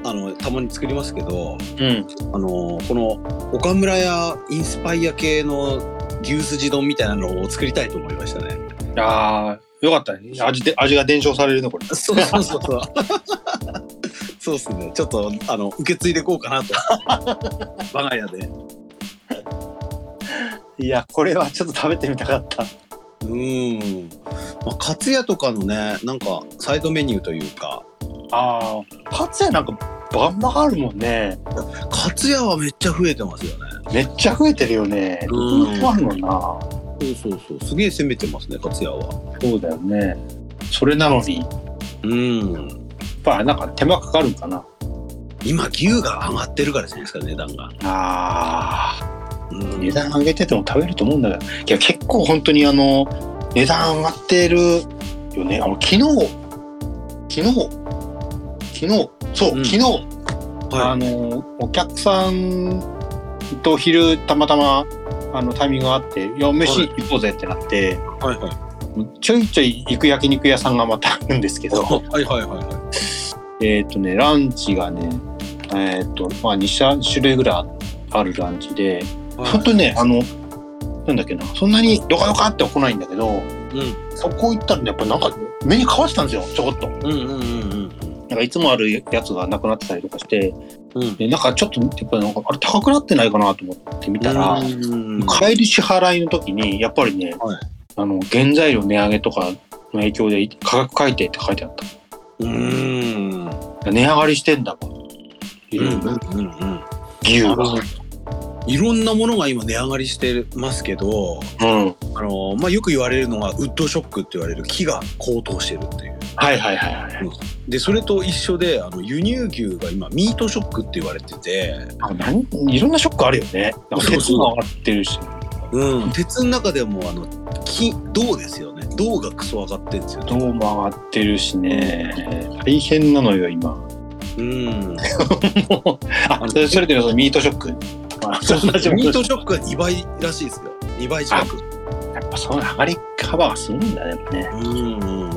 [SPEAKER 1] あの、たまに作りますけど、
[SPEAKER 2] うん。
[SPEAKER 1] あの、この、岡村屋インスパイア系の牛すじ丼みたいなのを作りたいと思いましたね。
[SPEAKER 2] ああ、よかったね。味で、味が伝承されるね、これ。
[SPEAKER 1] そうそうそうそう。 そうっすね。ちょっと、あの、受け継いでいこうか なと。我が家で。
[SPEAKER 2] いや、これはちょっと食べてみたかった。
[SPEAKER 1] うーん。まあ、カツヤとかのね、なんか、サイドメニューというか、
[SPEAKER 2] ああ、かつやなんかバンバンあるもんね。
[SPEAKER 1] カツヤはめっちゃ増えてますよね。
[SPEAKER 2] めっちゃ増えてるよね。どこにでもあるもんな。
[SPEAKER 1] そうそうそう。すげえ攻めてますね、カツヤは。
[SPEAKER 2] そうだよね。それなのに、やっ
[SPEAKER 1] うん。
[SPEAKER 2] ぱなんか手間かかるんかな。
[SPEAKER 1] 今、牛が上がってるからじゃないですか、値段が。
[SPEAKER 2] あ
[SPEAKER 1] う
[SPEAKER 2] あ、
[SPEAKER 1] ん
[SPEAKER 2] 値段上げてても食べると思うんだけど。いや、結構本当にあの、値段上がってるよね。あの、昨日、昨日、昨日、そう、
[SPEAKER 1] うん
[SPEAKER 2] 昨日、あ
[SPEAKER 1] は
[SPEAKER 2] のお客さんと昼たまたまあのタイミングがあって「いや
[SPEAKER 1] は
[SPEAKER 2] 飯
[SPEAKER 1] い
[SPEAKER 2] 行こうぜ」ってなって、
[SPEAKER 1] い。はいはい。
[SPEAKER 2] ちょいちょい行く焼肉屋さんがまたあるんですけ ど
[SPEAKER 1] はいはいはいは
[SPEAKER 2] えっとねランチがねえっ、とまあ2社種類ぐらいあるランチで、
[SPEAKER 1] い。
[SPEAKER 2] ほんとねあのなんだっけなそんなにドカドカっては来ないんだけど
[SPEAKER 1] う
[SPEAKER 2] そこ行ったらねやっぱなんか目にかわしてたんですよちょこっと
[SPEAKER 1] ん。うんうんうんうん
[SPEAKER 2] なんかいつもあるやつがなくなってたりとかして
[SPEAKER 1] うん。うん。
[SPEAKER 2] でなんかちょっとやっぱなんかあれ高くなってないかなと思ってみたら、
[SPEAKER 1] うん
[SPEAKER 2] 帰り支払いの時にやっぱりね、
[SPEAKER 1] はい
[SPEAKER 2] あの原材料値上げとかの影響で価格改定って書いてあっ
[SPEAKER 1] うん。
[SPEAKER 2] た値上がりしてんだわ牛牛が
[SPEAKER 1] あいろんなものが今値上がりしてますけど、
[SPEAKER 2] うん
[SPEAKER 1] あのまあ、よく言われるのがウッドショックって言われる木が高騰してるっていう
[SPEAKER 2] はいはいはいはい
[SPEAKER 1] でそれと一緒であの輸入牛が今ミートショックって言われてて、
[SPEAKER 2] あ何いろんなショックあるよねなんか鉄も上がってるし
[SPEAKER 1] うん、鉄の中でもあの木銅ですよね銅がクソ上がってるんですよ
[SPEAKER 2] 銅
[SPEAKER 1] ね、
[SPEAKER 2] も上がってるしね大変なのよ今
[SPEAKER 1] うん、ミ
[SPEAKER 2] もう あそれそれでそのミートショックあ そんな 状況
[SPEAKER 1] ートショックが2倍らしいですよ2倍近く
[SPEAKER 2] やっぱその上がり幅がすごいんだねやっぱね
[SPEAKER 1] うんうんうんうん
[SPEAKER 2] うん、だか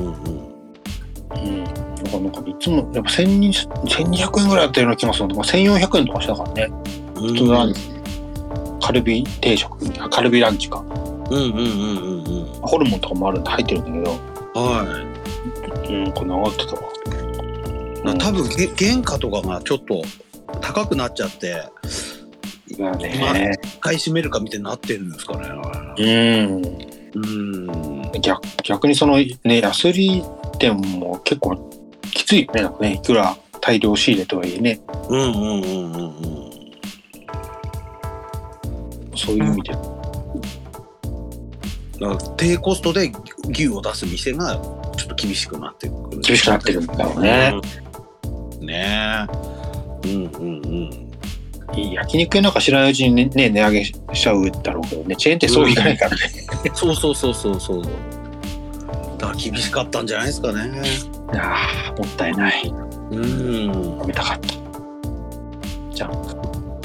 [SPEAKER 2] らなんかいつもやっぱ1200 1200円ぐらいだったような気がするのまあ1400円とかしたからね
[SPEAKER 1] うん
[SPEAKER 2] 普通のランチ、カルビ定食あカルビランチか
[SPEAKER 1] うんうんうんうんうん
[SPEAKER 2] ホルモンとかもあるんで入ってるんだ
[SPEAKER 1] はい
[SPEAKER 2] けどうんこれ上がってたわ、
[SPEAKER 1] まあ、多
[SPEAKER 2] 分
[SPEAKER 1] 分げ原価とかがちょっと高くなっちゃって
[SPEAKER 2] だね
[SPEAKER 1] 買い占めるかみたいになってるんですかね。
[SPEAKER 2] うん
[SPEAKER 1] うん。
[SPEAKER 2] 逆逆にそのねヤスリ店も結構きついよねなんかねいくら大量仕入れとはいえね
[SPEAKER 1] うんうんうんうんうん。
[SPEAKER 2] そういう意味で、
[SPEAKER 1] だから低コストで牛を出す店がちょっと厳しくなってくる。
[SPEAKER 2] 厳しくなってるんだろうね、
[SPEAKER 1] うん。ねえ。うんうんうん。
[SPEAKER 2] 焼肉屋なんか知らないうちにねね値上げしちゃうだろうけどねチェーン店そういかないからね、
[SPEAKER 1] そうそうそうそうそう。だから厳しかったんじゃないですかね。
[SPEAKER 2] ああ、もったいない。
[SPEAKER 1] うん。
[SPEAKER 2] 食べたかった。じゃ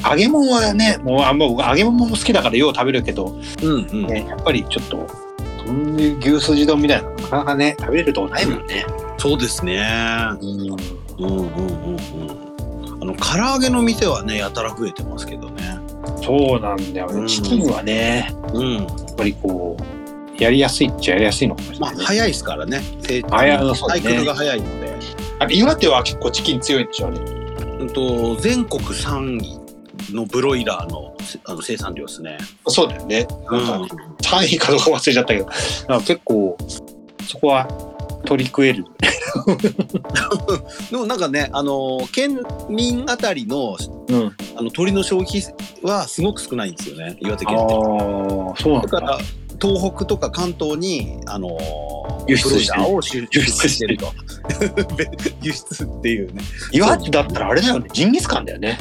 [SPEAKER 2] あ、揚げ物はね、もうあんま僕揚げ物も好きだからよう食べるけど、
[SPEAKER 1] うんうん。
[SPEAKER 2] ね、やっぱりちょっと、そんいう牛すじ丼みたいなのなかなかね、食べれるとこないもんね。
[SPEAKER 1] そうですね。
[SPEAKER 2] うん。
[SPEAKER 1] うんうんうんうん。あの唐揚げの店はねやたら増えてますけどね。
[SPEAKER 2] そうなんだよ
[SPEAKER 1] うん
[SPEAKER 2] ね。チキンはね、
[SPEAKER 1] うん。
[SPEAKER 2] やっぱりこう、やりやすいっちゃやりやすいのかもしれ
[SPEAKER 1] まあ
[SPEAKER 2] ない、ね。
[SPEAKER 1] 早いですからね。成長
[SPEAKER 2] 早いのそう
[SPEAKER 1] サ
[SPEAKER 2] ね
[SPEAKER 1] イクルが早いので。
[SPEAKER 2] あれ、岩手は結構チキン強いんでしょうね。
[SPEAKER 1] うんと全国3位のブロイラーのせあの生産量ですね。
[SPEAKER 2] そうだよね。
[SPEAKER 1] う
[SPEAKER 2] なんか、単位かどうか忘れちゃったけど、なんか結構、そこは取り食える。
[SPEAKER 1] でもなんかねあの県民あたりの
[SPEAKER 2] うん。
[SPEAKER 1] あの鳥の消費はすごく少ないんですよね岩手
[SPEAKER 2] ああ
[SPEAKER 1] 県って。、
[SPEAKER 2] そうなん
[SPEAKER 1] だか。
[SPEAKER 2] だ
[SPEAKER 1] ら東北とか関東にあの
[SPEAKER 2] 輸出
[SPEAKER 1] ブロイ
[SPEAKER 2] して
[SPEAKER 1] ラ
[SPEAKER 2] る
[SPEAKER 1] ーを輸
[SPEAKER 2] 輸
[SPEAKER 1] 出
[SPEAKER 2] 出
[SPEAKER 1] し
[SPEAKER 2] して
[SPEAKER 1] て
[SPEAKER 2] る
[SPEAKER 1] ると 輸出っていうね。
[SPEAKER 2] 岩手だったらあれだよねジンギスカンだよね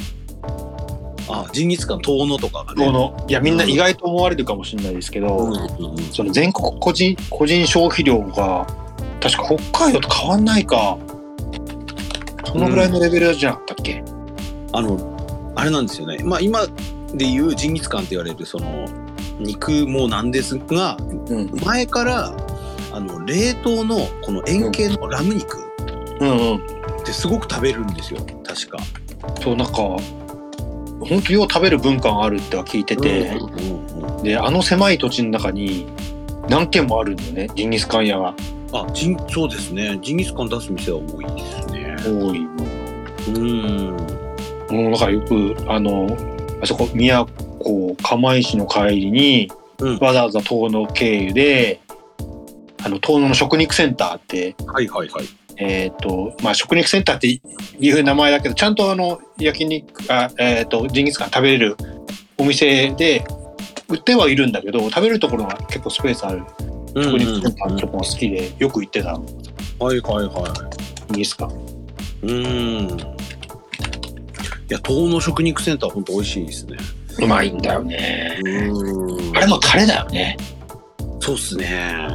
[SPEAKER 1] あ、ジンギスカン遠野とかがね。
[SPEAKER 2] このいやみんな意外と思われるかもしれないですけど、
[SPEAKER 1] うんうんうん
[SPEAKER 2] その全国個人個人消費量が確か北海道と変わんないかそのぐらいのレベルじゃなかったっけ、
[SPEAKER 1] あの、あれなんですよね。まあ今で言うジンギスカンって言われるその肉もなんですが、
[SPEAKER 2] うん、
[SPEAKER 1] 前からあの冷凍のこの円形のラム肉
[SPEAKER 2] うんうん
[SPEAKER 1] ってすごく食べるんですよ。確か。
[SPEAKER 2] そうなんか本当よう食べる文化があるっては聞いてて、
[SPEAKER 1] うんうんうんうん
[SPEAKER 2] であの狭い土地の中に何軒もあるんだよねジンギスカン屋が
[SPEAKER 1] あ、ジンそうですね。ジンギスカン出す店は多いですね。
[SPEAKER 2] 多い
[SPEAKER 1] うん。
[SPEAKER 2] もうなんかよくあのあそこ宮古釜石の帰りに、
[SPEAKER 1] うん
[SPEAKER 2] わざわざ遠野経由であの遠野の食肉センターって
[SPEAKER 1] はいはいはい。
[SPEAKER 2] えっ、と、まあ、食肉センターっていう名前だけど、ちゃんとあの、焼肉、あえっ、と、ジンギスカン食べれるお店で、売ってはいるんだけど、食べるところが結構スペースある
[SPEAKER 1] うん
[SPEAKER 2] 食
[SPEAKER 1] うん
[SPEAKER 2] 肉センターのとこが好きで、よく行ってたの、ジ
[SPEAKER 1] はいはいは
[SPEAKER 2] ンギスカン。
[SPEAKER 1] い。うん。いや、東の食肉センター本当美味しいですね。
[SPEAKER 2] うまいんだよね。
[SPEAKER 1] うん
[SPEAKER 2] あれもタレだよね。
[SPEAKER 1] そうっすね。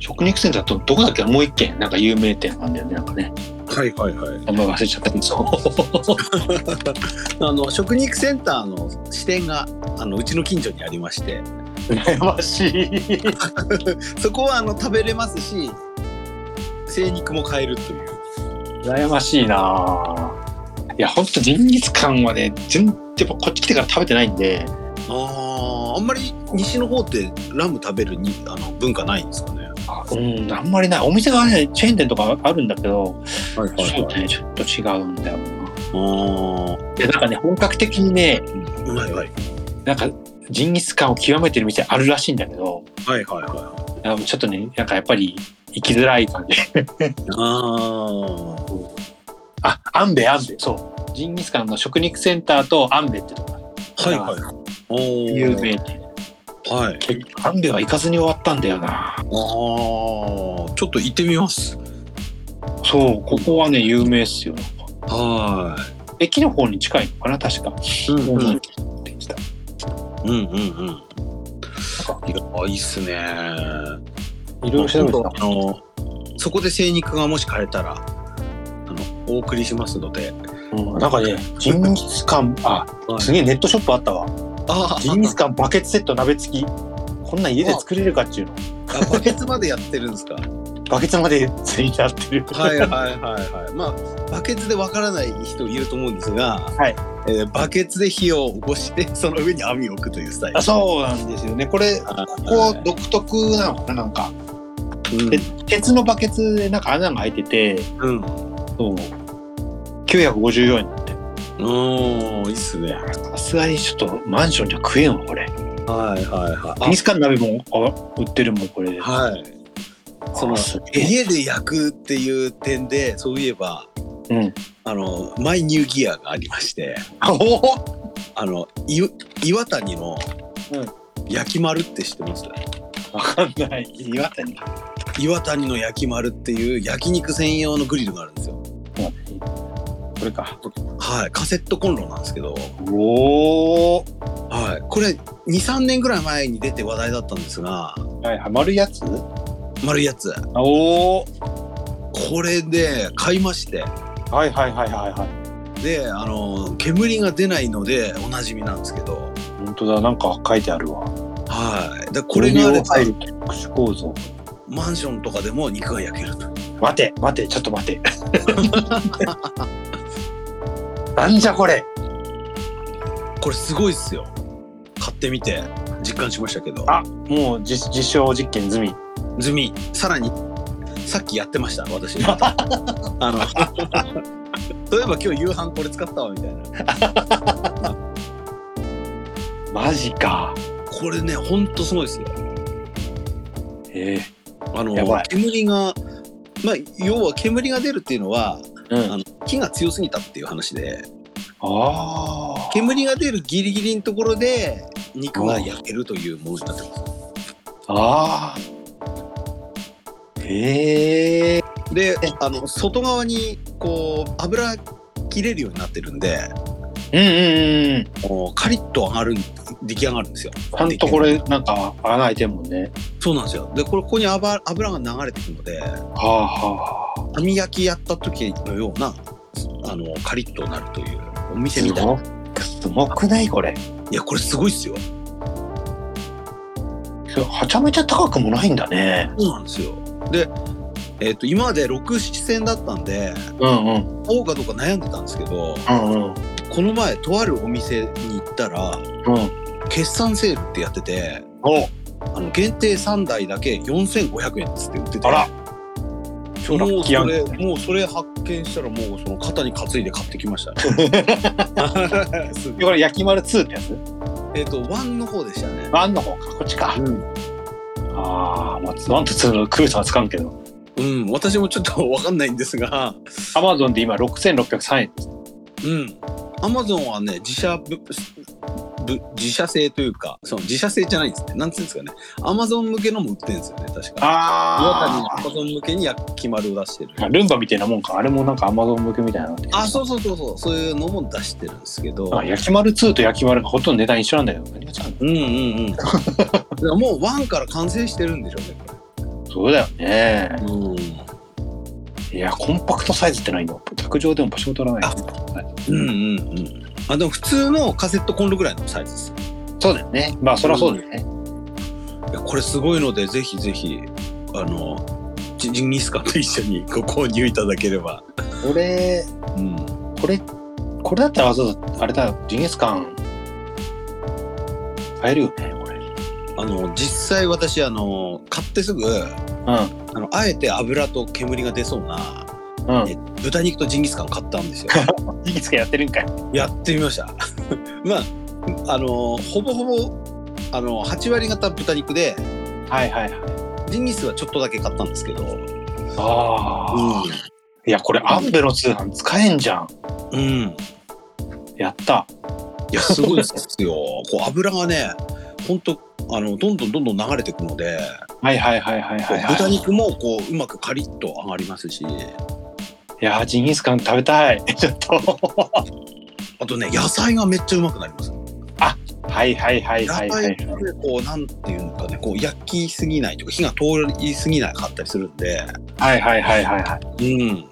[SPEAKER 2] 食肉センターとどこだっけもう一軒、なんか有名店なんだよね、なんかね。
[SPEAKER 1] はいはいはい。
[SPEAKER 2] 名前忘れちゃったけど。
[SPEAKER 1] あの食肉センターの支店があのうちの近所にありまして、
[SPEAKER 2] 羨ましい。
[SPEAKER 1] そこはあの食べれますし、精肉も買えるという。
[SPEAKER 2] 羨ましいなぁいや、ほんとジンギスカンはね、全やっぱこっち来てから食べてないんで、
[SPEAKER 1] ああ、あんまり西の方ってラム食べるにあの文化ないんですかね。
[SPEAKER 2] うん、あんまりない。お店がね、チェーン店とかあるんだけど、
[SPEAKER 1] はい
[SPEAKER 2] そうね、ちょっと違うんだよな。
[SPEAKER 1] あ
[SPEAKER 2] で、なんかね、本格的にね、
[SPEAKER 1] あ、うまいはい。
[SPEAKER 2] なんか、ジンギスカンを極めてる店あるらしいんだけど、
[SPEAKER 1] はいはいはい。
[SPEAKER 2] あちょっとね、なんかやっぱり、行きづらい感じ。
[SPEAKER 1] ああ。
[SPEAKER 2] あ、アンベ、アンベ、そう。ジンギスカンの食肉センターとアンベってとこが
[SPEAKER 1] はいはい。おー
[SPEAKER 2] 有名店。
[SPEAKER 1] はい。
[SPEAKER 2] 結局アンベは行かずに終わったんだよな
[SPEAKER 1] ああ、ちょっと行ってみます。
[SPEAKER 2] そう、ここはね、有名っすよ。
[SPEAKER 1] は
[SPEAKER 2] 駅の方に近いのかな、確か。
[SPEAKER 1] い。う
[SPEAKER 2] うん
[SPEAKER 1] うん
[SPEAKER 2] んって言ってた
[SPEAKER 1] うんうんうん。いや、いいっすね。
[SPEAKER 2] いろいろ調べてた。
[SPEAKER 1] あの、そこで精肉がもし買えたら、あの、お送りしますので。
[SPEAKER 2] うんなんかね、ジンギスカン、あ、すげえネットショップあったわ。
[SPEAKER 1] あ
[SPEAKER 2] ジンギスカンバケツセット鍋付き。こんなん家で作れるかっていうの。
[SPEAKER 1] あ、バケツまでやってるんですか。
[SPEAKER 2] バケツまでついてあってる。
[SPEAKER 1] はいはいはいはい。まあ、バケツでわからない人いると思うんですが、
[SPEAKER 2] はい
[SPEAKER 1] えーバケツで火を起こして、その上に網を置くというスタイル。
[SPEAKER 2] あそうなんですよね。これ、
[SPEAKER 1] あ
[SPEAKER 2] こう独特なのかななんか。
[SPEAKER 1] うん
[SPEAKER 2] で鉄のバケツでなんか穴が開いてて、
[SPEAKER 1] うん。
[SPEAKER 2] そう。954円だって。
[SPEAKER 1] おー、いいっすね。
[SPEAKER 2] さすがにちょっとマンションじゃ食えんわ、これ。
[SPEAKER 1] はいはいはい
[SPEAKER 2] ジンギスカン鍋もあ売ってるもん、これで。
[SPEAKER 1] あ。はい。その
[SPEAKER 2] あすげえ
[SPEAKER 1] 家で焼くっていう点で、そういえば、
[SPEAKER 2] うん。
[SPEAKER 1] あの、マイニューギアがありまして、
[SPEAKER 2] あおお
[SPEAKER 1] あの、い岩谷の
[SPEAKER 2] うん
[SPEAKER 1] 焼き丸って知ってます、
[SPEAKER 2] わかんない。岩谷。
[SPEAKER 1] 岩谷の焼き丸っていう焼肉専用のグリルがあるんですよ。
[SPEAKER 2] これか。
[SPEAKER 1] はい。カセットコンロなんですけど、
[SPEAKER 2] おお。
[SPEAKER 1] はい。これ、2、3年ぐらい前に出て話題だったんですが、
[SPEAKER 2] はい、はまるやつ
[SPEAKER 1] 丸いやつ。
[SPEAKER 2] おお。
[SPEAKER 1] これで買いまして、
[SPEAKER 2] はいはいはいはいはい。
[SPEAKER 1] で、あの、煙が出ないのでおなじみなんですけど、
[SPEAKER 2] 本当だ、なんか書いてあるわ。
[SPEAKER 1] はい。で、これがあれば、
[SPEAKER 2] 入る特殊構造。
[SPEAKER 1] マンションとかでも肉が焼けると。
[SPEAKER 2] 待て、待て、ちょっと待て。 なんじゃこれ。
[SPEAKER 1] これすごいっすよ。買ってみて、実感しましたけど。
[SPEAKER 2] あ、もう実実証実験済み。
[SPEAKER 1] ズミさらにさっきやってました私 あのそういえば今日夕飯これ使ったわみたいな
[SPEAKER 2] マジか。
[SPEAKER 1] これねほんとすごいですよ
[SPEAKER 2] え
[SPEAKER 1] あの
[SPEAKER 2] やばい
[SPEAKER 1] 煙がまあ要は煙が出るっていうのは
[SPEAKER 2] えう
[SPEAKER 1] あ
[SPEAKER 2] ん。
[SPEAKER 1] の火が強すぎたっていう話で
[SPEAKER 2] ああ。
[SPEAKER 1] 煙が出るギリギリのところで肉が焼けるというものになってま
[SPEAKER 2] ああ。ええ
[SPEAKER 1] すであの外側にこう油切れるようになってるんで
[SPEAKER 2] うんうんうん。
[SPEAKER 1] もうカリッと上がる、出来上がるんですよ。
[SPEAKER 2] ちゃんとこれ、なんか、穴開いてるもんね。
[SPEAKER 1] そうなんですよ。で、これ、ここに油油が流れてくので、
[SPEAKER 2] はあはあ。
[SPEAKER 1] 網焼きやった時のような、あの、カリッとなるという、お店
[SPEAKER 2] す
[SPEAKER 1] みたいな。
[SPEAKER 2] ごく、すごくないこれ。
[SPEAKER 1] いや、これすごいっすよ。
[SPEAKER 2] はちゃめちゃ高くもないんだね。
[SPEAKER 1] そうなんですよ。で、えっ、と、今まで6、7戦だったんで、
[SPEAKER 2] うんうん。
[SPEAKER 1] 買おうかどうか悩んでたんですけど、
[SPEAKER 2] うんうん。
[SPEAKER 1] この前、とあるお店に行ったら、
[SPEAKER 2] うん。
[SPEAKER 1] 決算セールってやってて、
[SPEAKER 2] お
[SPEAKER 1] あの限定3台だけ4500円っつって売ってて
[SPEAKER 2] あら。超ラ
[SPEAKER 1] も
[SPEAKER 2] ッ
[SPEAKER 1] う
[SPEAKER 2] キーや
[SPEAKER 1] そ
[SPEAKER 2] ん。
[SPEAKER 1] れもうそれ発見したらもうその肩に担いで買ってきましたね すごい
[SPEAKER 2] これ、焼き丸2ってやつ
[SPEAKER 1] えっとワンの方でしたね、
[SPEAKER 2] ワンの方か、こっちか。
[SPEAKER 1] うん
[SPEAKER 2] ああ、まあ、ワンとツーのクーさはつかんけど。
[SPEAKER 1] うん、私もちょっとわかんないんですが
[SPEAKER 2] アマゾンで今6603円です。
[SPEAKER 1] うんアマゾンはね自社ぶぶ自社製というかその自社製じゃないんですねなんつうんですかねアマゾン向けのも売ってるんですよね確か
[SPEAKER 2] あ
[SPEAKER 1] アマゾン向けに焼き丸を出してる
[SPEAKER 2] あ。ルンバみたいなもんか。あれもなんかアマゾン向けみたいなのって
[SPEAKER 1] あそうそうそうそうそういうのも出してるんですけど
[SPEAKER 2] なんか焼き丸2と焼き丸がほとんど値段一緒なんだけど。何が違う
[SPEAKER 1] うんうんうん。 だからもうワンから完成してるんでしょうね。
[SPEAKER 2] のそうだよね。
[SPEAKER 1] うん。
[SPEAKER 2] いや、コンパクトサイズってないの卓上でも場所取らない。
[SPEAKER 1] うんうんうん。あでも普通のカセットコンロぐらいのサイズです。
[SPEAKER 2] そうだよね。まあ、そりゃそうだよね。
[SPEAKER 1] いやこれすごいのでぜひぜひあのジジンギスカンと一緒に ご購入いただければ。
[SPEAKER 2] これ、
[SPEAKER 1] うん。
[SPEAKER 2] これ、これだったらわざわざ、あれだ、ジンギスカン、買えるよね、これ。
[SPEAKER 1] あの実際私あの買ってすぐあ
[SPEAKER 2] う。
[SPEAKER 1] のあえて油と煙が出そうなん
[SPEAKER 2] う
[SPEAKER 1] え豚肉とジンギスカン買ったんですよ。
[SPEAKER 2] ん。ジンギスカンやってるんかい。
[SPEAKER 1] やってみました。 まああのほぼほぼあの8割方豚肉で。
[SPEAKER 2] はいはいはい。
[SPEAKER 1] ジンギスはちょっとだけ買ったんですけど、う
[SPEAKER 2] ああ。いや、これ、アンベの通販使えんじゃん。
[SPEAKER 1] ん、うん、
[SPEAKER 2] やった。
[SPEAKER 1] いやすごいですよ。 こう油がね、本当あのどんどんどんどん流れていくので、
[SPEAKER 2] はいはいはいはいはい、はい。
[SPEAKER 1] 豚肉もこううまくカリッと揚がりますし、
[SPEAKER 2] いやー、ジンギスカン食べたい。 ちょっと。
[SPEAKER 1] あとね野菜がめっちゃうまくなります。
[SPEAKER 2] はいはいはい
[SPEAKER 1] 野
[SPEAKER 2] は
[SPEAKER 1] 菜
[SPEAKER 2] いは
[SPEAKER 1] がね
[SPEAKER 2] い。
[SPEAKER 1] こうなんていうのかね、こう焼きすぎないとか火が通りすぎなかったりするんで、
[SPEAKER 2] はいはいはいはいはい。
[SPEAKER 1] うん。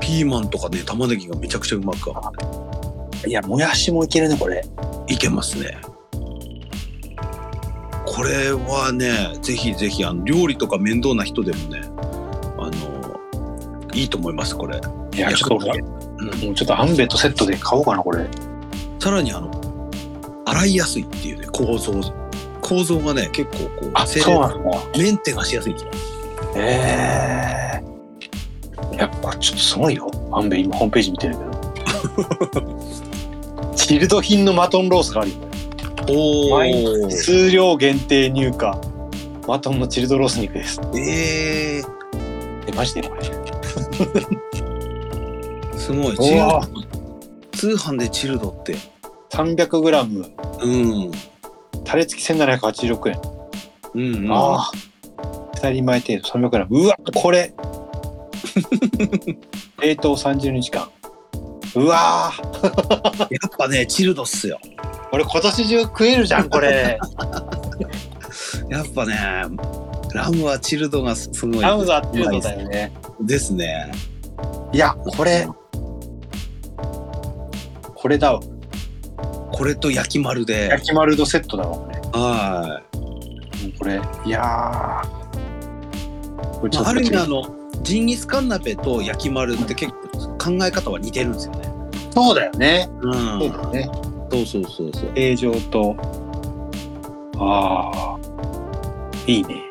[SPEAKER 1] ピーマンとかね玉ねぎがめちゃくちゃうまく
[SPEAKER 2] いや、もやしもいけるね、これ。
[SPEAKER 1] いけますね。これはね、ぜひぜひあの料理とか面倒な人でもね、あのいいと思いますこれ。
[SPEAKER 2] いや、ちょっ
[SPEAKER 1] 焼く
[SPEAKER 2] と、
[SPEAKER 1] だけうん
[SPEAKER 2] もうちょっとアンベとセットで買おうかな、これ。
[SPEAKER 1] さらにあの洗いやすいっていうね構造構造がね結構こう
[SPEAKER 2] あ、
[SPEAKER 1] 整
[SPEAKER 2] そうなんだ。
[SPEAKER 1] 列メンテがしやすいんですよ。
[SPEAKER 2] ええやっぱちょっとすごいよ。アンベ今ホームページ見てるけど。 チルド品のマトンロースがあるよ。
[SPEAKER 1] お
[SPEAKER 2] 毎数量限定入荷。マトンのチルドロース肉です。
[SPEAKER 1] えー、
[SPEAKER 2] え、マジでこれ。
[SPEAKER 1] すごい。
[SPEAKER 2] おー
[SPEAKER 1] チルド通販でチルドって、
[SPEAKER 2] 300g、
[SPEAKER 1] うん、
[SPEAKER 2] タレ付き1786円。
[SPEAKER 1] うん、うん。
[SPEAKER 2] ああ。二人前程度 300g。うわ、これ。 冷凍30日間。うわー
[SPEAKER 1] やっぱねチルドっすよ。
[SPEAKER 2] 俺今年中食えるじゃん、こ れ。
[SPEAKER 1] やっぱねラムはチルドがすすごいです。
[SPEAKER 2] ハムザっていうのだよね。
[SPEAKER 1] ですね。
[SPEAKER 2] いや、これ、これだわ。
[SPEAKER 1] これと焼き丸で。
[SPEAKER 2] 焼き丸ドセットだわ、これ。
[SPEAKER 1] は
[SPEAKER 2] もうこれ、いやー。これ
[SPEAKER 1] い。
[SPEAKER 2] ちょっと
[SPEAKER 1] ある意味あのジンギスカン鍋と焼き丸って結構考え方は似てるんですよね。
[SPEAKER 2] そうだよね。
[SPEAKER 1] う。
[SPEAKER 2] そうんだよね。
[SPEAKER 1] そうそうそうそう。
[SPEAKER 2] 形状と。ああ。いいね。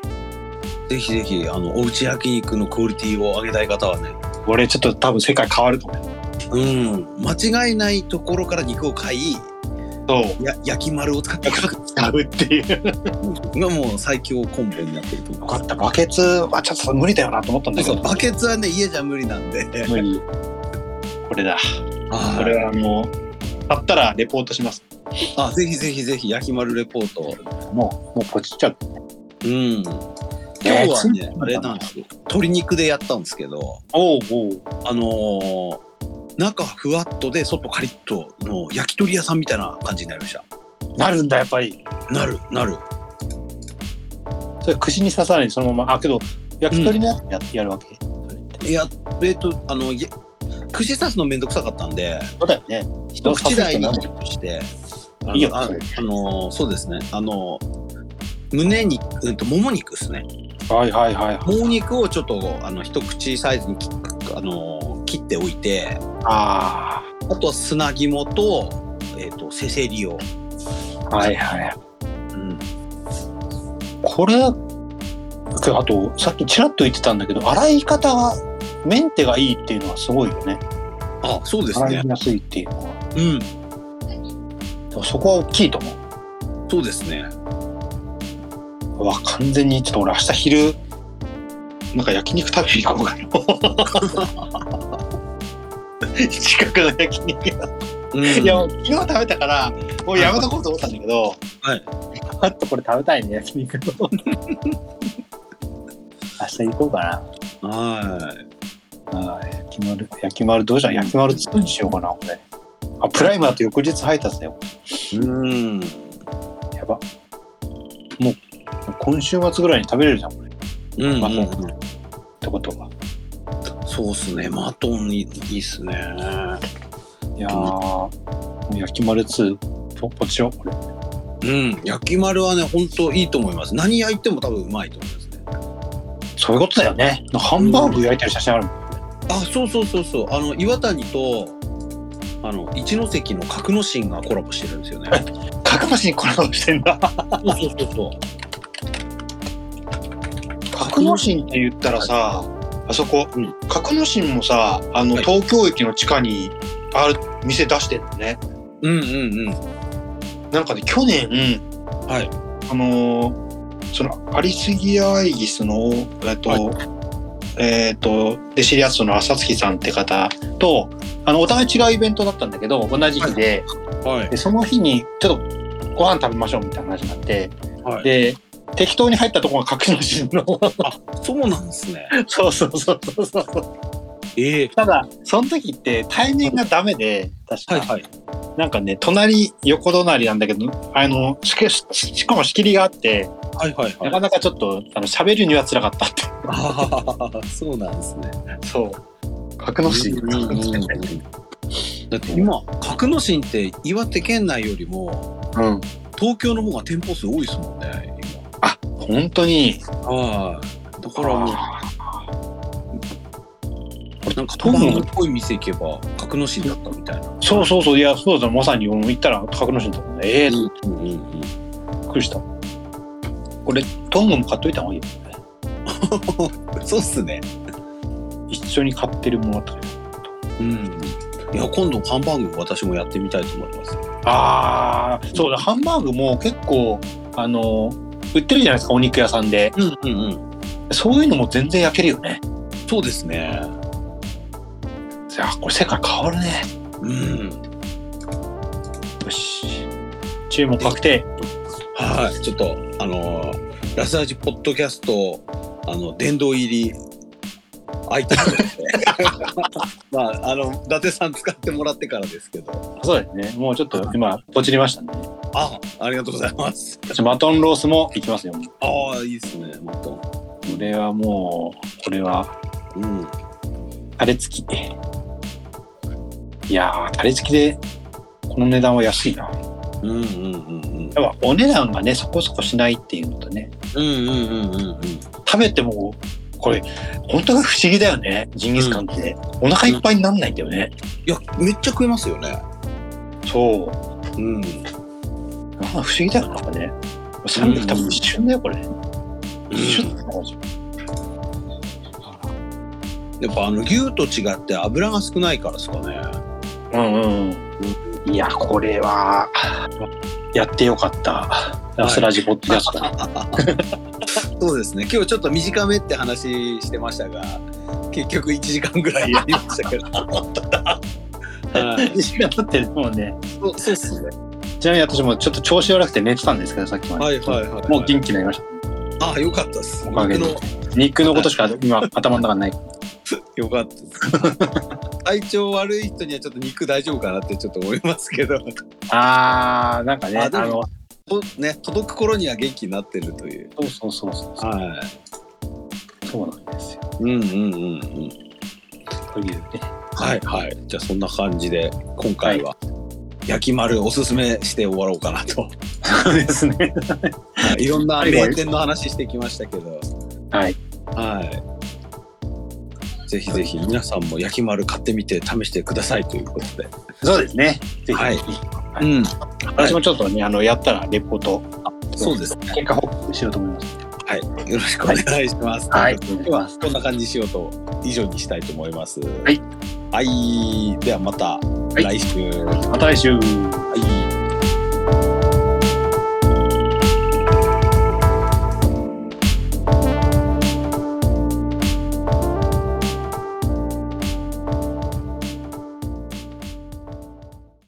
[SPEAKER 1] ぜひぜひあのおうち焼肉のクオリティを上げたい方はね。
[SPEAKER 2] 俺ちょっと多分世界変わると思う。
[SPEAKER 1] うん。間違いないところから肉を買い、
[SPEAKER 2] そう。
[SPEAKER 1] や焼き丸を使って焼く
[SPEAKER 2] 使うっていう。
[SPEAKER 1] がもう最強コンボになってると思い
[SPEAKER 2] よ
[SPEAKER 1] ま
[SPEAKER 2] か
[SPEAKER 1] す。
[SPEAKER 2] った。バケツはちょっと無理だよなと思ったんだけ
[SPEAKER 1] そ
[SPEAKER 2] ど。
[SPEAKER 1] うバケツはね家じゃ無理なんで。
[SPEAKER 2] 無理。これだ。これ
[SPEAKER 1] は
[SPEAKER 2] はあの、買ったらレポートします。
[SPEAKER 1] い。あぜひぜひぜひ焼き丸レポート。
[SPEAKER 2] もう、もうポチっちゃう。
[SPEAKER 1] うん。今日はね、あれなんですよ。鶏肉でやったんですけど、
[SPEAKER 2] おうおう。
[SPEAKER 1] あのー中はふわっとで、外カリッとの焼き鳥屋さんみたいな感じになりました。
[SPEAKER 2] なるんだやっぱり
[SPEAKER 1] なる、なる。
[SPEAKER 2] それ串に刺さないそのままあけど焼き鳥のやつや,、やるわけ
[SPEAKER 1] いや、えっ、と、あの、いや串刺すのめんどくさかったんで、
[SPEAKER 2] そうだよね
[SPEAKER 1] 一口大に
[SPEAKER 2] 刺す
[SPEAKER 1] チョップして、あの
[SPEAKER 2] いいよ
[SPEAKER 1] ああの、そうですね、あの、胸肉、うんと、もも肉ですね。
[SPEAKER 2] はいはいはいはい
[SPEAKER 1] もも肉をちょっと、あの、一口サイズに切っあの切っておいて、
[SPEAKER 2] あ
[SPEAKER 1] あとは砂肝と、えっ、と、せせりを。
[SPEAKER 2] あはいはい
[SPEAKER 1] うん。
[SPEAKER 2] これけどあとさっきちらっと言ってたんだけど洗い方がメンテがいいっていうのはすごいよね
[SPEAKER 1] あ、そうです
[SPEAKER 2] 洗
[SPEAKER 1] ね
[SPEAKER 2] い。やすいっていうのは
[SPEAKER 1] うん。
[SPEAKER 2] でもそこは大きいと思う
[SPEAKER 1] そうですね。
[SPEAKER 2] うわ完全にちょっと俺明日昼なんか焼肉食べに行こうかな 近くの焼肉屋
[SPEAKER 1] うん、
[SPEAKER 2] いやもう昨日食べたからもうやめとこうと思ったんだけど
[SPEAKER 1] はい
[SPEAKER 2] ちょっとこれ食べたいね焼肉明日行こうか
[SPEAKER 1] は
[SPEAKER 2] なはい焼き丸焼き丸どうじゃん焼き丸つくにしようかなこれあプライムだと翌日配達だよ
[SPEAKER 1] い。うん。
[SPEAKER 2] やばもう今週末ぐらいに食べれるじゃんこれっ
[SPEAKER 1] うん、
[SPEAKER 2] まあてことは
[SPEAKER 1] そうっすね。マトンいいっすね。
[SPEAKER 2] いやーもう焼き丸2ポポチよこれ
[SPEAKER 1] うん。焼き丸はね、ほんといいと思います。何焼いても多分うまいと思いますね。
[SPEAKER 2] そういうことだよねなんかハンバーグ焼いてる写真あるもん
[SPEAKER 1] あ、そうそうそうそう。あの、岩谷と、あの、一ノ関の格之進がコラボしてるんですよね。
[SPEAKER 2] 角橋にコラボしてんだ
[SPEAKER 1] そうそうそうそう。
[SPEAKER 2] 格之進って言ったらさ、あそこ、
[SPEAKER 1] うん
[SPEAKER 2] 格之進もさ、あの、
[SPEAKER 1] はい
[SPEAKER 2] 東京駅の地下にある店出してんのね。
[SPEAKER 1] うんうんうん。
[SPEAKER 2] なんかね、去年、
[SPEAKER 1] はい
[SPEAKER 2] あのーその、アリスギアアイギスの、えっと、
[SPEAKER 1] は
[SPEAKER 2] えっと、で、知り合ったその、浅月さんって方と、あの、お互い違うイベントだったんだけど、同じ日で、
[SPEAKER 1] はい。
[SPEAKER 2] で、その日に、ちょっと、ご飯食べましょうみたいな話になって、
[SPEAKER 1] はい
[SPEAKER 2] で、適当に入ったところが格之進の、
[SPEAKER 1] そうなんですね。
[SPEAKER 2] そうそうそうそうそう。
[SPEAKER 1] ええ
[SPEAKER 2] ただその時って対面がダメで確か、
[SPEAKER 1] はいはい。
[SPEAKER 2] なんかね隣横隣なんだけどあのしけししかも仕切りがあって
[SPEAKER 1] はいはいは。
[SPEAKER 2] ないかなかちょっとあの喋るには辛かったっ
[SPEAKER 1] ああ、そうなんですね。
[SPEAKER 2] てそう格之進
[SPEAKER 1] うんうんうんだって今、格之進って岩手県内よりも
[SPEAKER 2] うん
[SPEAKER 1] 東京の方が店舗数多いですもんね、今。
[SPEAKER 2] あ本当に
[SPEAKER 1] はい。だからもう、なんか
[SPEAKER 2] 多分
[SPEAKER 1] 東京っぽい店行けば格之進だったみたいな。
[SPEAKER 2] そうそうそういやそうだまさに俺も行ったら格之進だもんねええび
[SPEAKER 1] うんうんうん。
[SPEAKER 2] っくりしたこれトングも買っといた方がいいよ
[SPEAKER 1] そうっすね。
[SPEAKER 2] 一緒に買ってるものとか
[SPEAKER 1] うん。いや、今度ハンバーグ私もやってみたいと思います。
[SPEAKER 2] ああそうだハンバーグも結構あの売ってるじゃないですかお肉屋さんで
[SPEAKER 1] うんうんうん。
[SPEAKER 2] そういうのも全然焼けるよね。
[SPEAKER 1] そうですね。
[SPEAKER 2] じゃあ、これ世界変わるね。
[SPEAKER 1] うん。
[SPEAKER 2] よし。注文確定。
[SPEAKER 1] はい。ちょっと、あのーラスラジポッドキャスト、あの、殿堂入り、アイテムとして まあ、あの、伊達さん使ってもらってからですけど。
[SPEAKER 2] そうですね。もうちょっと今、ポチりましたね。
[SPEAKER 1] あ、ありがとうございます。
[SPEAKER 2] 私マトンロースもいきますよ。こ
[SPEAKER 1] ああ、いいですね、もっと。
[SPEAKER 2] れはもう、これは、
[SPEAKER 1] うん。
[SPEAKER 2] タレ付き。いやー、タレ付きで、この値段は安いな。
[SPEAKER 1] うんうんうんうん。
[SPEAKER 2] やっぱお値段がね、そこそこしないっていうのとね、
[SPEAKER 1] うんうんうんうんうん。
[SPEAKER 2] 食べても、これ、本当が不思議だよね。ジンギスカンって。お腹いっぱいになんないんだよね。
[SPEAKER 1] いや、めっちゃ食えますよね。
[SPEAKER 2] そう。
[SPEAKER 1] うん。
[SPEAKER 2] あ不思議だよなんかね。300多分一瞬だよ、これ。一瞬だよこ
[SPEAKER 1] やっぱあの牛と違って油が少ないからですかね。
[SPEAKER 2] れうんうんうん。いや、これは、やってよかった。ラスラジポッドキャスト。
[SPEAKER 1] そうですね。今日ちょっと短めって話してましたが、結局1時間ぐらいやりましたけど。はい、
[SPEAKER 2] 一瞬が経ってるもうね。
[SPEAKER 1] そうそうっすね。
[SPEAKER 2] ちなみに私もちょっと調子悪くて寝てたんですけど、さっきまで。
[SPEAKER 1] はいはいはいはい
[SPEAKER 2] もう元気になりまし
[SPEAKER 1] ああ、よかったっす。
[SPEAKER 2] おかげで
[SPEAKER 1] 僕の
[SPEAKER 2] た。ニックのことしか今頭の中にない。
[SPEAKER 1] よかったっす。体調悪い人にはちょっと肉大丈夫かなってちょっと思いますけど、
[SPEAKER 2] ああ、なんかね、あ
[SPEAKER 1] あでも
[SPEAKER 2] の、
[SPEAKER 1] とね、届く頃には元気になってるという。
[SPEAKER 2] そうそうそうそうそ
[SPEAKER 1] は
[SPEAKER 2] う、そうなんですよ。
[SPEAKER 1] い。うんうんうんうん。
[SPEAKER 2] というね。
[SPEAKER 1] はいはい。じゃあそんな感じで今回は焼き丸おすすめして終わろうかなと。
[SPEAKER 2] そうですね。
[SPEAKER 1] はい、いろんな
[SPEAKER 2] はいはい
[SPEAKER 1] 名店の話してきましたけど。
[SPEAKER 2] はい。
[SPEAKER 1] はい。ぜひぜひ皆さんも焼き丸買ってみて試してくださいということで。
[SPEAKER 2] そうですね。ぜひ、
[SPEAKER 1] はい。
[SPEAKER 2] うん私もちょっとね、あの、やったらレポート、
[SPEAKER 1] そうですね。
[SPEAKER 2] 結果報告しようと思います。
[SPEAKER 1] はい。よろしくお願いします。
[SPEAKER 2] はい。。
[SPEAKER 1] ではこんな感じにしようと以上にしたいと思います。はいはい。ではまた
[SPEAKER 2] い
[SPEAKER 1] 来週。
[SPEAKER 2] また来週。
[SPEAKER 1] はい